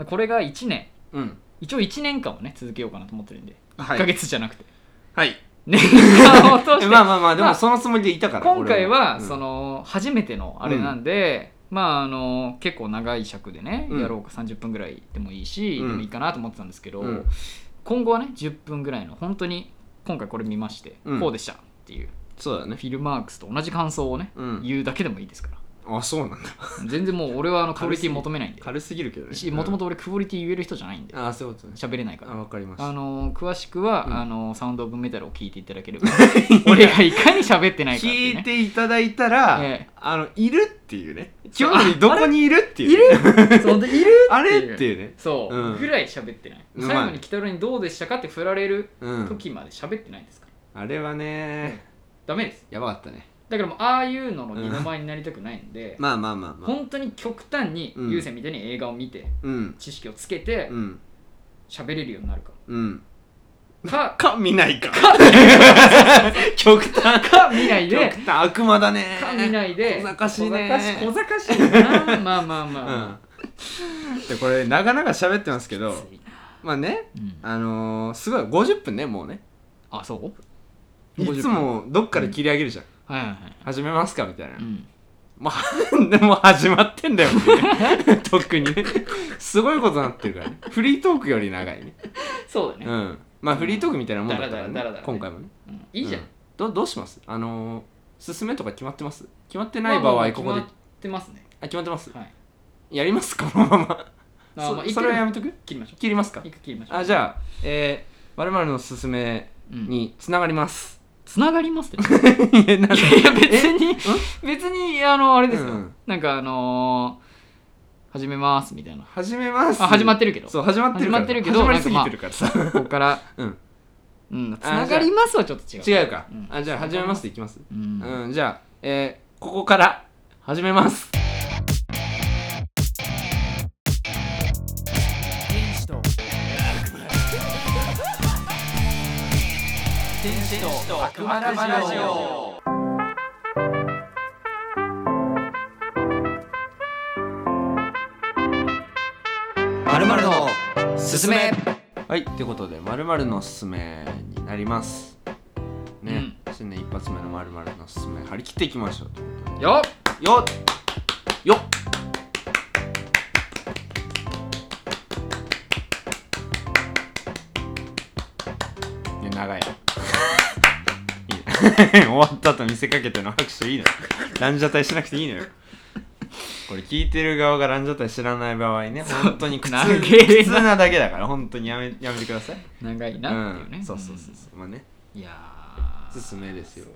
これが1年
うん
一応1年間をね続けようかなと思ってるんで、
は
1ヶ月じゃなくて
はい
年間を通 して
まあまあまあで
ま
も
あ
そのつもりでいたから、
今回は、
俺うん
その初めてのあれなんで、まああの結構長い尺でね、
うん
やろうか30分ぐらいでもいいし、
うん
でもいいかなと思ってたんですけど、
うん
今後はね10分ぐらいの本当に今回これ見まして、
うん
こうでしたっていう
そうだね
フィルマークスと同じ感想をね、
うん
言うだけでもいいですから
あそうなんだ
全然もう俺はあのクオ
軽
リ
すぎ
ティ求めないんで
軽すぎるけどね
もとも
と
と俺クオリティ言える人じゃないんで
ああそういうことね
喋れないから
あわかりまし
あ
た
のー詳しくは、
うん
あのーサウンド・オブ・メタルを聞いていただけ れば俺がいかに喋ってないかって
聞
いう
い
ね
ていただいたら、
ええ
あのいるっていうね
そう
興味どこにいるっていう、ね、
そうでいる
あれっていうね
そう、
うん
ぐらい喋ってない、
うん
最後に北浦にどうでしたかって振られる
うん
時まで喋ってないですから、
あれはね
ダメです
やばかったね
だからもうああいうのの二の前になりたくないんで、
まあまあまあまあ
本当に極端に
うん
優先みたいに映画を見て
うん
知識をつけて
うん
喋れるようになるか、
うん
か
か見ないか極端
か見ない
極
で
端悪魔だね
か見ないで
小賢しいね
小賢し小賢しい なまあまあまあ、
うんでこれなかなか喋ってますけど
つい
まあね
うん
あのー、すごい50分ねもうね
あそう
いつもどっから切り上げるじゃん、
はいはいはい
始めますかみたいな、
うん
まあでも始まってんだよ、ね、 特にねすごいことになってるからねフリートークより長いね
そうだね、
うんまあフリートークみたいなもんだったからね
だらだらだらだらね
今回もね
うんいいじゃん、
うどどうしますあのー、進めとか決まってます決まってない場合ここ
まあま
で
あ決まってますね
あ決まってます
はい
やりますこのまま
あ
そ
まあいける
それはやめとく
切りましょ
切りますか
う一回切りましょう
あじゃあえー、我々の勧めにつながります、
つなが りますって い
いやなんか
やいや別に別にあのあれですよ、
うん
なんかあのー始めますみたいな
始めます
あ始まってるけど
そう始まってるから
始まってるけど
始まりすぎてるからさ、
ここから
うん
うんつながりますはちょっと違う
違うか、
うん
あじゃあ始めますでいきます
う
うんん、じゃあ、えー、ここから始めます
天使と天使と悪魔ラジオ
まるの
すすめ
はいということでまるのすすめになりますね、
うん
ち新年一発目のまるまるのすすめ張り切っていきましょうということで
よっ
よっよっいや長いいいね 終わったと見せかけての拍手いいのよランジャタイしなくていいのよこれ聞いてる側がランジャタイ知らない場合ね本当に苦痛
長
苦
え
痛
な
なだけだから本当にやめやめてください
長いなっていうね、
ん、そうそうそうそうまあね
うんいやー
おすすめですよ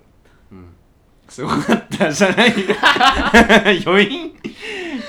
うんすごかったじゃない余韻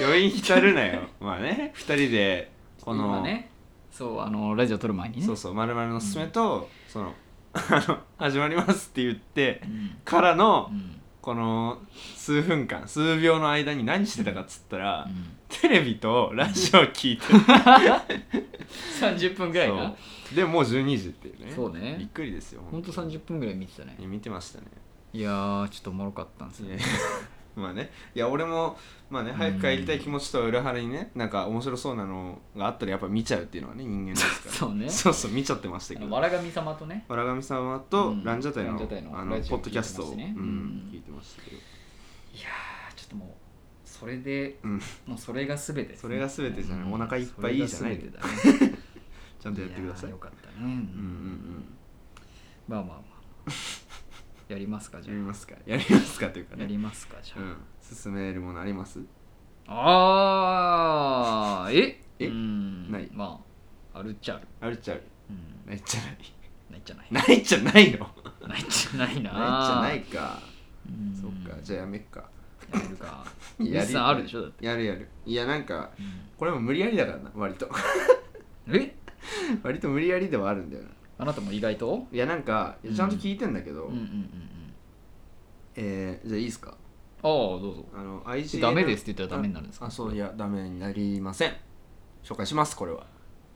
余韻浸るな よまあね二人でこの、
今ねそうあのラジオ撮る前にね
そうそう「まるのすすめと」その 「あの始まります」って言って
うん
からの
うん
この数分間数秒の間に何してたかっつったら、
うん
テレビとラジオ聞いて
30分ぐらいな
そうでもう12時っていうね
そう
びっ
ね
くりですよ
ほんと30分ぐらい見てたね
いや見てましたね
いやーちょっとおもろかったんです
い
よ
やいや まあねいや俺もまあね早く帰りたい気持ちとは裏腹にねなんか面白そうなのがあったらやっぱ見ちゃうっていうのはね人間ですから
そうね
そうそう見ちゃってました
あ
け
の
ど
わらがみ様とね
わらがみ様と
うん
ランジャタイの,、
ランジャタイの
あの
ラジ
ポ
オ
ッドキャストを
聞いてまし
う
たね
ん
うん
聞いてましたけど、
いやーちょっともうそれで
うん、
もうそれが全てです
そ
ね
れが全てじゃない
うん
お腹いっぱいいいじゃない
それが全てだね
ちゃんとやってください
やーよかったね
うんうんうん
まあ まあまあやりますかじ
や
ゃ
りますかやりますかというか
あや
ね
りますかじゃあ、
うん進めるものあります
ああえ
え
うん
ない
まああるっちゃある、
あるっちゃう
うん、
ないっちゃ
ないっちゃない
ない ないっちゃないのないっ
ないっちゃない
ち
な
ゃないいかそっかじゃあやめっか
ゃやるか
や
や
る
るさんあるでしょだって、
やるやるいやなんか
うん
これも無理やりだからな割と
え
割と無理やりではあるんだよな
あなたも意外と
いやなんかいやちゃんと聞いてんだけど、
うんうんうんうん
えー、じゃあいいですか
ああどうぞ
あの IGN
ダメですって言ったらダメになるんですか
あそういやダメになりません紹介しますこれは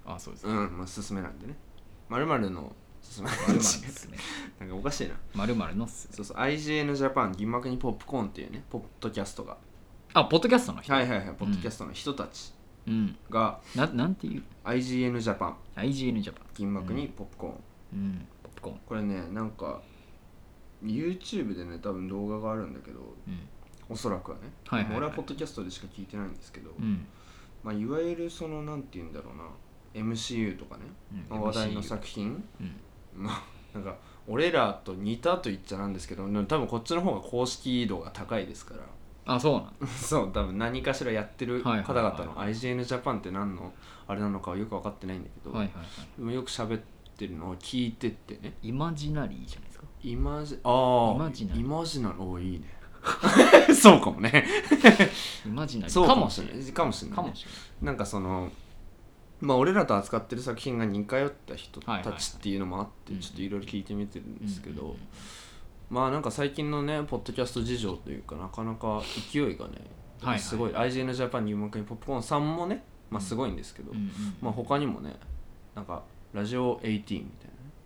あそうです
う
か
んまあすすめなんでねまるまるのすすめ
まるのっすね
なんかおかしいな
まるまるのっすね
そうそう IGN ジャパン銀幕にポップコーンっていうねポッドキャストが
あポッドキャストの人
はいはいはいポッドキャストの人たち
うん
が、
ななんていう
IGN ジャパン
IGN ジャパン
銀幕にポップコーン、
うんポップコーン
これねなんか YouTube でね多分動画があるんだけど
うん
おそらくはね、
はいはいはい
俺はポッドキャストでしか聞いてないんですけど、
うん
まあ、いわゆるそのなんて言うんだろうな MCU とかね、
うん
まあ話題の
MCU
作品
うん
まあなんか俺らと似たと言っちゃなんですけどでも多分こっちの方が公式度が高いですから
あそうなん
そう多分何かしらやってる
はいはい
方々
はい
の IGN ジャパンって何のあれなのかはよく分かってないんだけど、
はいはいはい
でもよく喋ってるのを聞いてってね
イマジナリーじゃないですか
イマジああ
イマジナル
イマジナルおーいいね そうかもね
イマジナリ
そ
ー
う
か
か
も
も
し
し
れ
れ
な
ないいかもしれない,、
かもし
なんかそのまあ俺らと扱ってる作品が似通った人
はいはい
た
はい
ちっていうのもあって、
うんうん
ちょっといろいろ聞いてみてるん
れない
ですけど、
うんうんうん
まあなんか最近のねポッドキャスト事情というかなかなか勢いがね
はいはい
すごい、IGN ジャパン入門にポップコーンさんもねまあすごいんですけど、
うんうんうん
まあ他にもねなんかラジオ18みたいなね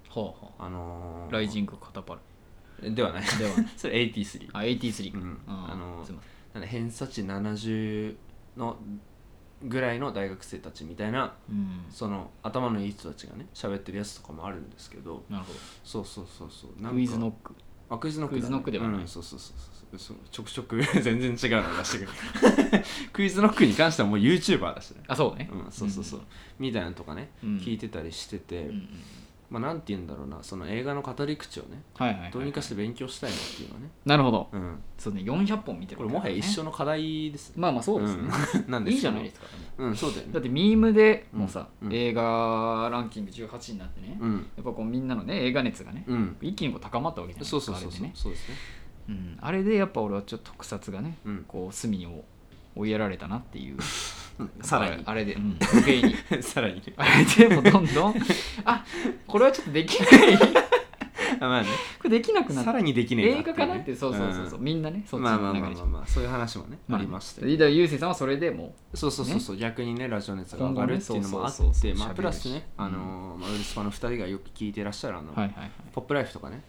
ほうほ
あの
う
ー、
ライジングカタパル
ではない
ではない
それ83
あ83
う
うん
あの
すいま
なんだ偏差値70のぐらいの大学生たちみたいな
せんうん
その頭のいい人たちがね喋ってるやつとかもあるんですけど
なるほ
そうそうそうそうなんか
どクイズノック
あクイズノックだね
クイズノックではない
うんそうそうそうそうそうちょくちょく 全然違うの出してくる クイズノックに関してはもう YouTuber だしね
あそうね
うんそうそうそう、みたいなのとかね、
うん
聞いてたりしてて、
うんうん
まあなんて言うんだろうなその映画の語り口をね
はいはいはい
どうにかして勉強したいなっていうのはね、
なるほど
うん、
そうね400本見てる
これもはや一
緒
緒の課題ですね
まあまあそうですね
うん なんですけど
いいじゃないですか
うんそうだよね
だってミームでもうさ
うん
映画ランキング18になってね
うん
やっぱこうみんなのね映画熱がね
うん
一気にこう高まったわけじゃないです
そ
か
うそうそうそ
あれで
う、
ね
そうですね
うんあれでやっぱ俺はちょっと特撮がね
うん
こう隅を追いやられたなっていう
さらに
あれでうん余計に
さらにね
あれでもうどんど んあこれはちょっとできない こ
あまあね
れできなくな
さ
った
らにできねえ
映画かなってそうそうそうそううんみんなねそっち
まあま
の
あまあ
流れで
まあまあそういう話もねありました
リーダーゆうせいさんはそれでも
そうそうそうそう逆にねラジオ熱が
今
上
後
が
ね
るっていうのもあ
そうそう
っ
そう
て
そう
まあプラス
喋る
ね
し
あのーまあウルスパの2人がよく聞いてらっしゃるあの
うはいはいはい
ポップライフとかね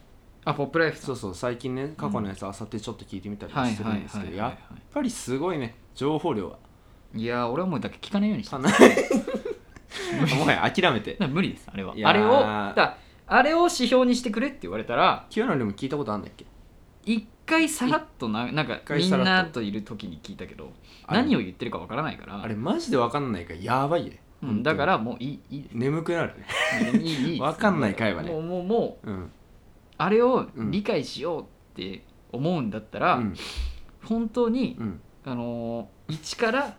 あポップライフさん
そうそう最近ね過去のやつあさってちょっと聞いてみたりも
はい
してる
はい
んです
は
け
い
ど
は
やっぱりすごいね情報量はい
いやー俺はもうだけ 聞かないようにした
かなりもはや諦めて
だから無理ですあれはい
やー
あれをだからあれを指標にしてくれって言われたら
清野でも聞いたことあるんだっけ
一回さらっとななんか
回
み
さらっ
ん
と
なといる時に聞いたけど
あれ
何を言ってるかわからないから
あれマジで分かんないからやばいね、
う
本当に
ん、だからもういいいいで
眠くなるね
すいいいいいい
わかんない会話ね
もうもうもう
うん、
あれを理解しようって思うんだった
う
ら、
ん
本当に
う、ん
あのー一から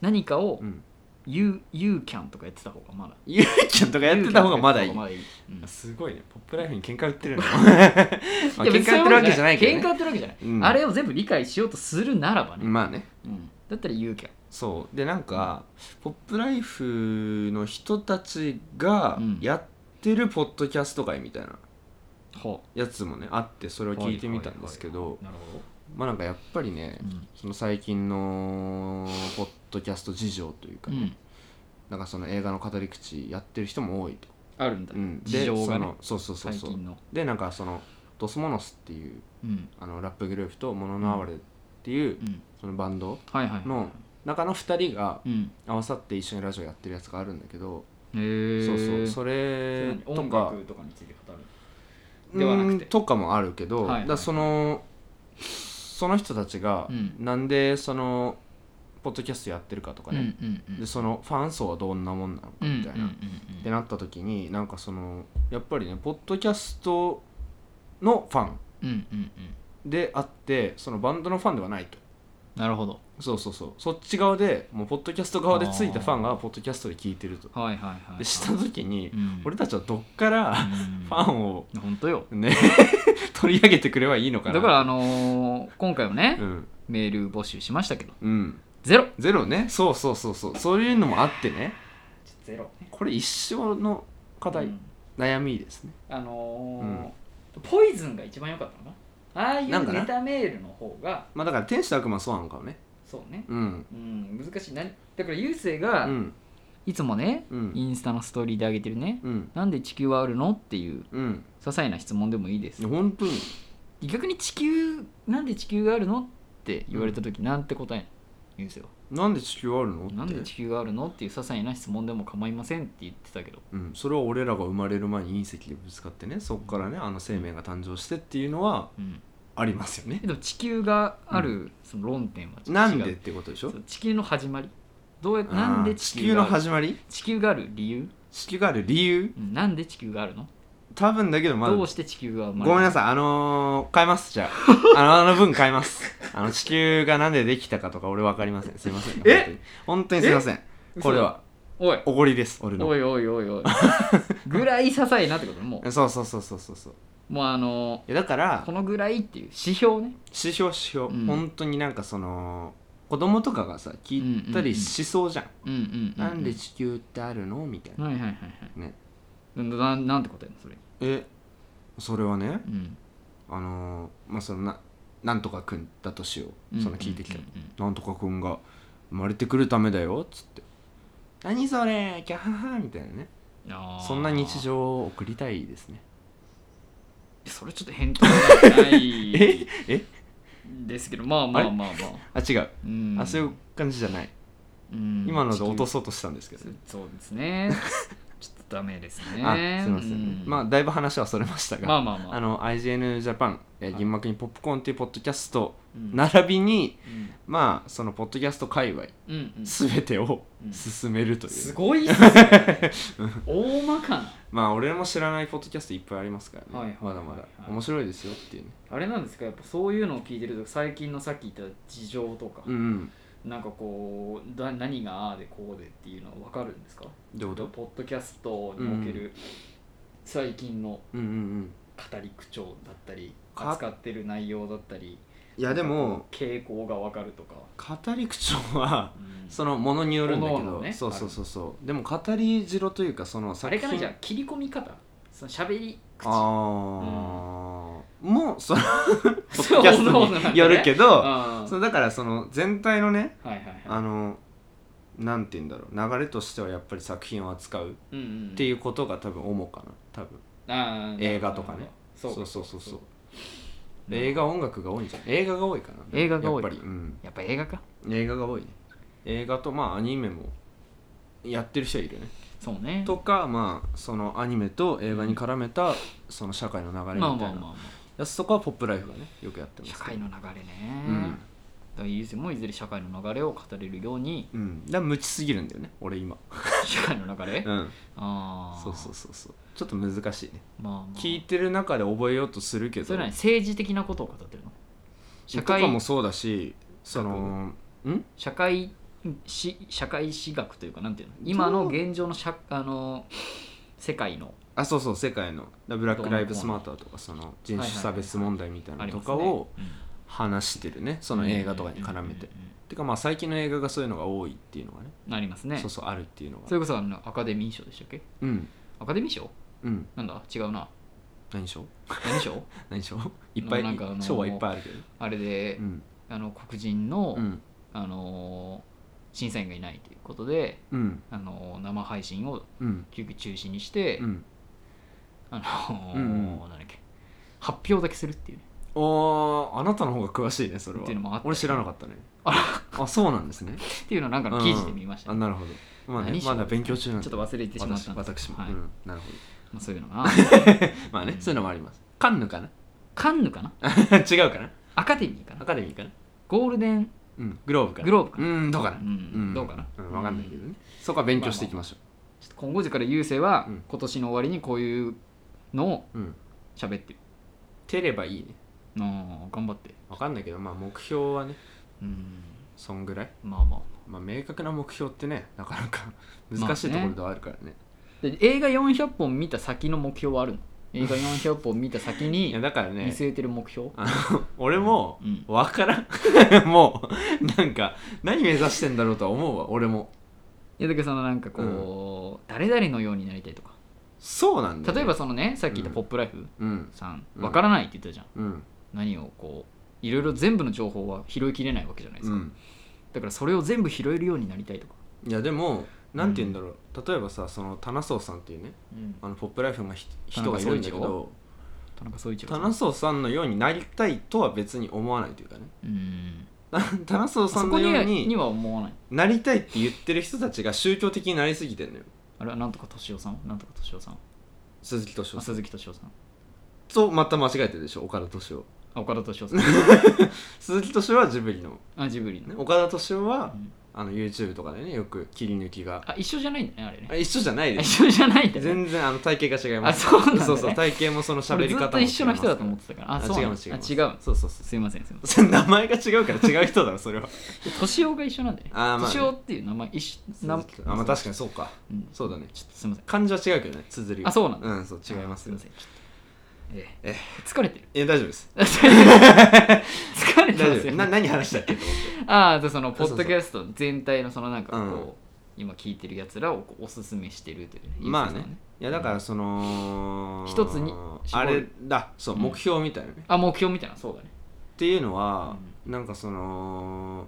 何かを
うん
言う「ユーキャン」とかやってた方がまだ
ゆうちゃんとかやってた方がまだいい
ユーキャンとかやってた方がまだいいうん
すごいねポップライフに喧嘩売ってる の、まあ、喧嘩売ってるわけじゃないけ
喧
ど、ね、
嘩売ってるわけじゃない、
うん
あれを全部理解しようとするならばね、
まあね
うんだったら言うけ
そうでなんかポップライフの人たちが
うん
やってるポッドキャスト会みたいな
ほ
やつもねあってそれ
う
を聞いてみたんですけど
なるほど、
まあなんかやっぱりね
うん
その最近のポッドキャスト事情というか、ね
うん
なんかその映画の語り口やってる人も多いと、
あるんだ、
うん、で
事情が
そ
ね
のそうそうそう
最
そう
近の
でなんかそのドスモノスっていう
うん
あのラップグループとモノノアワレっていう、
うん
そのバンド
はいはいはい
の中の2人が
うん
合わさって一緒にラジオやってるやつがあるんだけど、
へー
そうそうそ
そ
れ
れ何
とか
とかについて語る
う
ではなくて
んとかもあるけど、
はいはい
だからそのその人たちが、
うん
なんでそのポッドキャストやってるかとか
うんう
ね、
んうん
でそのファン層はどんなもんなのかみたいな、
うんうん
っ
う
て
ん
なった時になんかそのやっぱりねポッドキャストのファン
うんうんうん
であってそのバンドのファンではないと
なるほど
そうそうそうそっち側でもうポッドキャスト側でついたファンがポッドキャストで聞いてると
はいはいはい、はい、
でした時に
うん
俺たちはどっから
うん
ファンを
本当よ
ね 取り上げてくればいいのか
だ
な
からあのー今回はね、
うん
メール募集しましたけど
うん
ゼロ
ゼロねそうそうそうそうそういうのもあってね
ゼロ
これ一生の課題、悩みですね
あのーポイズンが一番良かったのかなああい
なんか
う
な
ネタメールの方が
まあだから天使と悪魔はそうなのかもね
そうね
うん
うん難しいなだから優勢が、
うん
いつもね、
うん
インスタのストーリーであげてるね、
うん
なんで地球はあるのっていう
うん
些細な質問でもいいです
本当に
逆に地球なんで地球があるのって言われた時、なんて答えなの優勢は
なんで地球あるのって
なんで地球があるのっていう些細な質問でも構いませんって言ってたけど
うん、それは俺らが生まれる前に隕石でぶつかってねそこからねあの生命が誕生してっていうのは
うん
ありますよね
でも地球があるその論点はちょっと違う
なんでってことでしょ
そう地球の始まりどうや
あー
なんで
地
地
球
球
の
がある
始まり
地球がある理由
地球がある理由
うんなんで地球があるの、
多分だけどまだ
どうして地球が生まれ
ごめんな
な
さいあのー、変えますじゃ ああのあの分変えますあの地球がなんでできたかとか俺分かりませんすいません
え
本当に本当にすいません
嘘
これは
おい
おごりです俺の
おいおいお いおいぐらい些細なってことも
そうそうそうそうそうそう
うもうあの
いやだから
ーこのぐらいっていう指標ね
指標指標、
うん
本当になんかその子供とかがさ聞いたりしそうじゃん,、
うんうんうん、うん、
なんで地球ってあるのみたいな、
はいはいはいは
ね
いななんて答えなのそれ、
えそれはね
うん、
あのーまあそのななんとかくんだとしようその聞いてきた、
うんうんうんうん
なんとかくんが生まれてくるためだよっつって「何それキャハハ」みたいなね
あー
そんな日常を送りたいですね
それちょっと返答がな
え
い
え
で すけどまあまあまあまあ
あ違う、
うん
あそういう感じじゃない、
うん
今ので
地球
落とそうとしたんですけど、ね
そうですね ちょっとダメですね
あすいません、まあだいぶ話はそれました
あ
が、
まあまあまあ
あの IGN ジャパン、えー銀幕にポップコーンっていうポッドキャスト
うん
並びに、
うん
まあそのポッドキャスト界隈
うんうん
すべてを
うん
進めるという、
すごいっす ね大まかな
まあ俺も知らないポッドキャストいっぱいありますからね、
はいはいはいはい
まだまだ面白いですよっていうね
あれなんですかやっぱそういうのを聞いてると最近のさっき言った事情とか、
うんうん
なんかこうだ何がああでこうでっていうのは分かるんですか
どういうこと
ポッドキャストにおける最近の
うんうんうん
語り口調だったり
か
扱ってる内容だったり
いやでも
傾向が分かるとか、
語り口調は
うん
そのものによるんだけ
各
ど、
々ね
そうそうそうそうでも語り城というかその
あ
作
れか
品
なじゃあ切り込み方その喋り口
あーもうそのポッドキャス
そうそ
ト
うなんだ
によるけど、
あー
そうだからその全体のね
はいはいは
あのなんて言うんだろう流れとしてはやっぱり作品を扱うっ
い、うんうん
ていうことが多分主かな多分
あー
映画とかね
そう
そう
か
そうそうそう
う
映画音楽が多いんじゃない映画が多いかな
映画が多い
やっぱり、うん、
やっぱ映画か
映画が多いね映画とまあアニメもやってる人はいるね
そうね
とかまあそのアニメと映画に絡めたその社会の流れみ
ま
たい
あまあまあ、
な
ま
やつとかはポップライフがねよくやってま
あ、
す
社
け
会
ど
の流れね、
う
だ
ん
からいずれもいずれ社会の流れを語れるよう に
うんだから無知すぎるんだよね俺今
社会の流れ、
うん
ああ
そうそうそうそうちょっと難しいね
まあ、まあ、
聞いてる中で覚えようとするけど
それなに政治的なことを語ってるの社
と
会
かもそうだしそのん
社会し社会史学というかなんていうの今の現状の社あの世界の
あそうそう世界のだブラック・ライブスマーターとかその人種差別問題みたい
あ
な
り
のと
ます
か
ね
を
うん
話してるねその映画とかに絡めて
うんうんうん
てかまあ最近の映画がそういうのが多いっていうのがね
うんありますね
そうそうあるっていうの
そ
が
れこそあのアカデミー賞でしたっけ
うん
アカデミー賞
うん
なんだ違うな
何賞
何賞
何賞いっぱい
なんかあの
賞はいっぱいあるけど
あれで、
うん
あの黒人の、
うん
あのー審査員がいないということで、
うん
あのー生配信を
うん
急遽中止にして、
うん
あのー
うんう
なんだっけ発表だけするっていうね
おーあなたの方が詳しいねそれは
っていうのもあった
俺知らなかったね
あ
あそうなんですね
っていうのをなんかの記事で見ました
あ
ね、
なるほどまあね
何賞
まだ勉強中なんで
ちょっと忘れてしまったんです
私私も、
はい
うんなるほど
まあ、そういう のが
まあね、
うん
そういうのもあります。カンヌかな
カンヌかな
違うかな
アカデミーか
ア
な
カデミーかな
ゴールデン
うん、グローブかな
グローブか
なうん、どうかな
うんどうかな
うん、わかんないけどね。そこは勉強していきましょ
ちょっと今後時から優勢は、
うん
今年の終わりにこういうのを
う。うん。
喋ってる
照ればいいね。
あー頑張って
わかんないけど、まあ目標はね、
うん
そんぐらい。
まあまあ
まあ明確な目標ってね、なかなか難しいところではあるからね。
で映画400本見た先の目標はあるの映画400本見た先
い
に
や、だから
見
ね、
据えてる目標、
あの俺も
うん、
わからん。 もう、なんか、何目指してんだろうとは思うわ、俺も。
いやだけどそのなんかこう、誰々のようになりたいとか
そうなんだよね、
例えばそのねさっき言った
うん
「ポップライフ
うん、
さん
うん
わからないって言ったじゃん、
うん、
何をこういろいろ全部の情報は拾いきれないわけじゃないで
う
すか、
ん。
だからそれを全部拾えるようになりたいとか、
いやでもなんて言うんだろう、例えばさその棚荘さんっていうねあのポップライフのひ人がいるんだけど
田中総一郎さん
棚荘さんのようになりたいとは別に思わないというかね
うん
た棚荘
そ
さん
こ
の
に
よ
は
う
に
に
は思わない
なりたいって言ってる人たちが宗教的になりすぎてんのよ
あれはなんとか敏夫さんなんとか敏夫さん
鈴木敏夫
あ
さん
鈴木敏夫さん
とまた間違えてるでしょ岡田敏夫
あ岡田敏夫さん
鈴木敏夫はジブリの、
あジブリの、
ね、岡田敏夫は、
うん
あの YouTube とかでねよく切り抜きが
あ一緒じゃないんだねあれね
あ一緒じゃない
あ
です
一緒じゃないんだね
全然あの体型が違います
あそうなんだね
そうそう体型もその喋
俺
り
ず
方も
っと一緒の人だと思っててたからあ
あ
そう
違
な
うん違
だ
う
あ違う
そうそうそう
すいませんすいま
それ名前が違うから違う人だろそれは
せん敏夫が一緒なんだね
あーまあね
敏夫っていう名前一緒な
あまあ確かにそうか
うんちょ
そうだね
っとすいません
漢字は違うけどね綴りは
あそうなんだ
うんそう違います
すい
よ
ませんちょっとええ
え
疲れてる
え大丈夫 です
疲れ
大
てます
丈
よ
夫
ね
な何話したっけと思っ
ああ、でその、ポ
そう
ッ
そう
ドキャスト全体の、そのなんかこう、
うん
今聞いてるやつらをこうおすすめしてるというね。
てまあ
ユースさんは
ねいやだからその
一つに絞
あれ
る
だそう
うん
目標みたいなね
あ、目標みたいな、そうだね。
っていうのはなんかその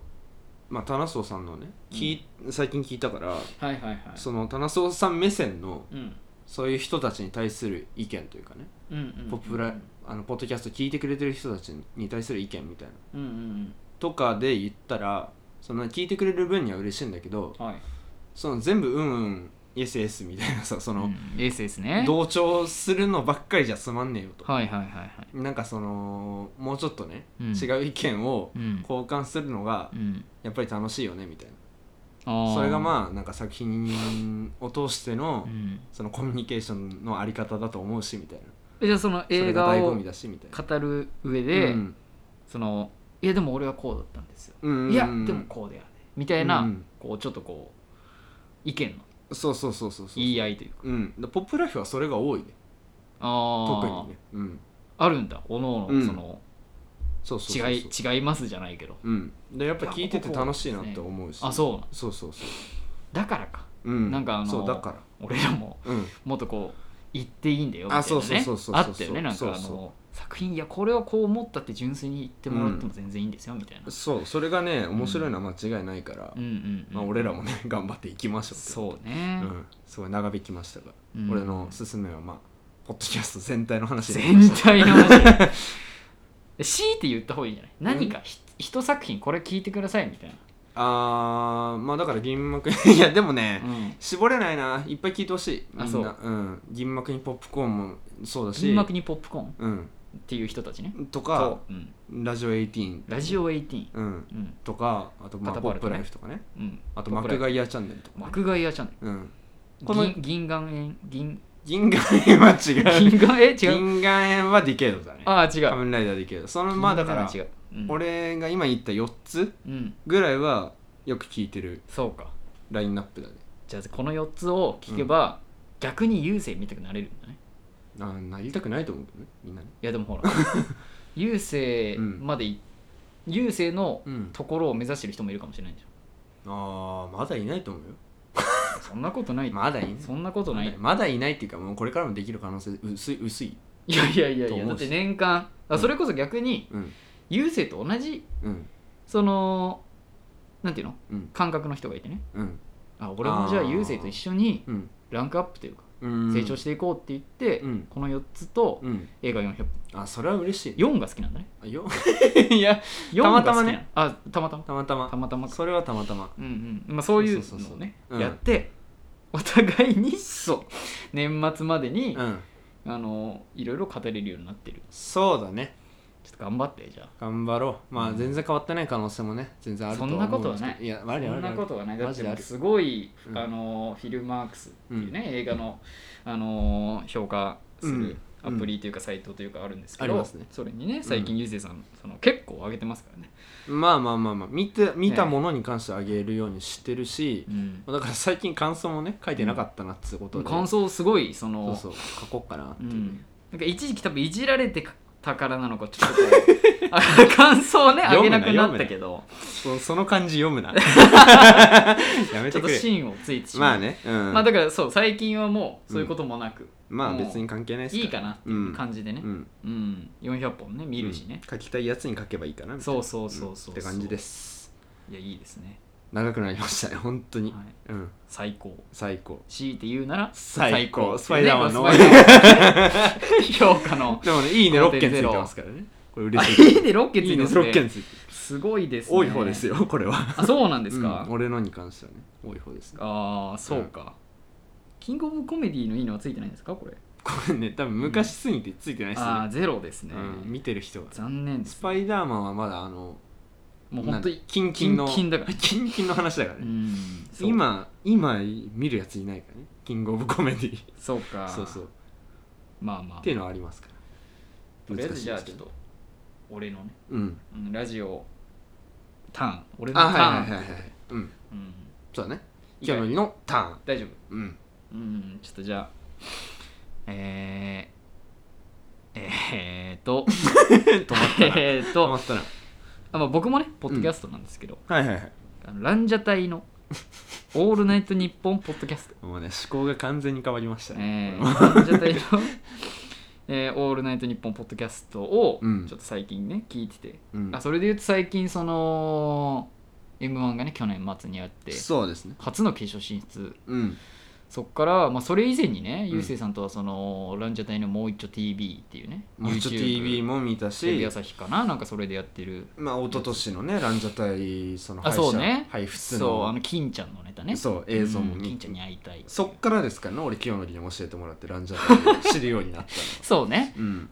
まあ棚荘さんのね聞い最近聞いたから
はいはいはい。
その棚荘さん目線の
うん。うん
そういう人たちに対する意見というかね
うんうん。
ポップラあのポッドキャスト聞いてくれてる人たちに対する意見みたいな
うんうん
とかで言ったらその聞いてくれる分には嬉しいんだけど
うん。はい。
その全部うんうんイエスイエスみたいなさそ
うん
の、
エースですね。
同調するのばっかりじゃつまんねえよと、
はいはいはいはい。
なんかそのもうちょっとね、
うん
違う意見を
うん。
交換するのが
うん。
やっぱり楽しいよねみたい
あ
な
ー
それがまあなんか作品を通しての、
うん
そのコミュニケーションのあり方だと思うしみたいな
えじゃあその
それ
映
が
画
醍醐
を
味だしみたいな
語る上で、
うん
そのいやでも俺はこうだったんですよ、
うんうんうん
いやでもこうだよねみたいな、
うん
こうちょっとこう意見の
そうそうそうそうそう
言い合いというか
うん、でポップライフはそれが多いね
あ
特
ー
にね、うん、
あるんだおのお
う
の
ん
その、
そうそうそうそう
違い違いますじゃないけど
うん、でやっぱ聞いてて楽しいなって思うし
あそうな
そうそうそ
だからか
う、うん、
なんかあの
そうだか
俺らも
らうん
もっとこう言っていいんだよみたいな、ね、
あそうそうそうそうそう
あったよねなんかあの
そうそ
作品いやこれをこう思ったって純粋に言ってもらっても全然いいんですよ、みたいな
そうそれがね面白いのは間違いないから、
うんうん、うん、
まあ、俺らもね 頑張っていきましょうう、
そうね、
ん、すごい長引きましたが、
うん
俺の勧めはまあポッドキャスト全体の話で
全体 の話強いて言った方がいいんじゃない何かひ一作品これ聞いてくださいみたいな
あーまあだから銀幕 いやでもね、
うん
絞れないないっぱい聞いてほしいみ
あ
んな
そう
うん、銀幕にポップコーンもそうだし
銀幕にポップコーンっ
うん
ていう人たちね
とか
と、うん、
ラジオ18
ラジオ18、
うん
うん
とかあと、まあ、
カタ
ポ
パ
ッ
ル
プ
トね
ライフとかね
うん、
あと
ポッ
マ
プ
ク
ライ
ガイアチャンネルと
フ
か、
幕外屋チャンネル
うん、この
銀銀眼炎銀
銀河園は違う
銀眼え違う
銀河園はディケードだね
ああ違
仮
う
面ライダーディケードそのまあだから
銀眼は違う、うん、
俺が今言った4つ
うん
ぐらいはよく聞いてる
そうか
ラインナップだね
じゃあこの4つを聞けば、逆に優勢見たくなれるんだね
あなりたくないと思うけどねみんなね
いやでも ほら優勢までい、優勢の
うん
ところを目指してる人もいるかもしれないじ
ああまだいないと思うよ
ゃんそんなことない、
まだいない
そんなことない、
まだいないっていうかもうこれからもできる可能性薄い薄い
いやいやいや
と
いや
思
だ
う
っ
して
年間あそれこそ逆に
うん
優勢と同じ
うん
そのなんていうの
うん
感覚の人がいてね
うん
あ俺もじゃあ
あー
優勢と一緒に
うん
ランクアップというか
うん
成長していこうって言って、
うん
この4つと
うん
映画400
あそれは嬉しい
4が好きなんだね
あよ いや
4が好き
たまたま
な
ね
あたまたま
たまたま
たまたまか
それはたまたま
うんうんまあ、そういう
そうそう
の
そ
を
う
ね
うん
やってお互いにそう年末までに、
うん
あのいろいろ語れるようになってる
そうだね
ちょっと頑張ってじゃあ
頑張ろうまあ全然変わってない可能性もね全然あるとは思う
そんなことはない
いや悪
そ
い悪
ん
い
なことはないだ
マ
っ
ジ
て
で
も
あ
う
る
すごい、
うん
あのフィルマークスっていうね、映画のあの評価するアプリというかサイトというかあるんですけど、
ありますね
それにね最近ゆうせいさんその結構上げてますからね、
まあまあまあまあ見て見たものに関してはあげるようにしてるし、
うん
だから最近感想もね書いてなかったなってことで、
感想すごいそ
そう
の
そう書こうかなって
う、
いうん
なんか一時期多分いじられてたからなのかちょっとこうあ感 想をね上げなくなったけど
そその感じ読む なやめて
ちょっと
くれ
芯をついてしま
ま
う
あね、うん、
まあだからそう最近はもうそういうこともなく、
まあ
もう
別に関係ないです
いいかなっていう感じでね、
うんうん
うん、400本ね見るしね、
書きたいやつに書けばいいかなみたいな
そうそうそうそうそうん
って感じです
いやいいですね
長くなりましたね本当に、
はい
うん
最高
最高
強いて言うなら
最高
最高
スパイダーマンの
ね スパイダーマンの 評価の
でもねいいね
5.0
6件ついてますからねこれ
あ
嬉しい
いいねロッケン
いいね
の
6件ついてる
すごいですね
多い方ですよこれは
あそうなんですか、
うん俺のに関してはね多い方ですね
ああそうか、キングオブコメディのいいのはついてないんですかこれ
これね多分昔すぎてついてないですね、
ああゼロですね、
うん見てる人が
残念で
ス
す
パイダーマンはまだあの
もう本当に
なんキンキンの
キンキンだから
キンキンの 話だから
う
ね、
んそう
今今見るやついないからねキングオブコメディ
そうか
そうそうっ
まあまあ
ていうのはありますから
とりあえずじゃあ
難し
ち
い
ょ
ですけ
っ
ど
と俺のね、
うん
うんラジオターン俺の
あ
ター
は
ン
いはいはいはいうん
うん、
そうだね今日のりのターン
大丈夫
うん
うんちょっとじゃあえー、えー、と
止 まったな
えー
止ま
と
ったな
あ、まあ、僕もねポッドキャストなんですけど、
はいはいはい
あのランジャタ イの「オールナイトニッポン」ポッドキャスト
もうね思考が完全に変わりました
え
ね
ー、ランジャタイの、 えーオールナイトニッポン」ポッドキャストを
うん
ちょっと最近ね聞いてて、
うん
あそれで言うと最近その m 1がね去年末にあって
そうですね
初の決勝進出
うん
そっから、まあ、それ以前にね、
うん
ゆうせいさんとはそのランジャタイのもう一丁 TV っていうね、
もうちょ TV も見た
テレビ
し
朝日かな、なんかそれでやってる、
まあ一昨年のねランジャタイその
あそうね
配布
そう、あ
の
の金ちゃんのネタね、
そう映像も
うん
見
金ち
て
ゃんに会いたい、
そっからですからね俺清野に教えてもらってランジャタイを知るようになったの
そうね、
うん、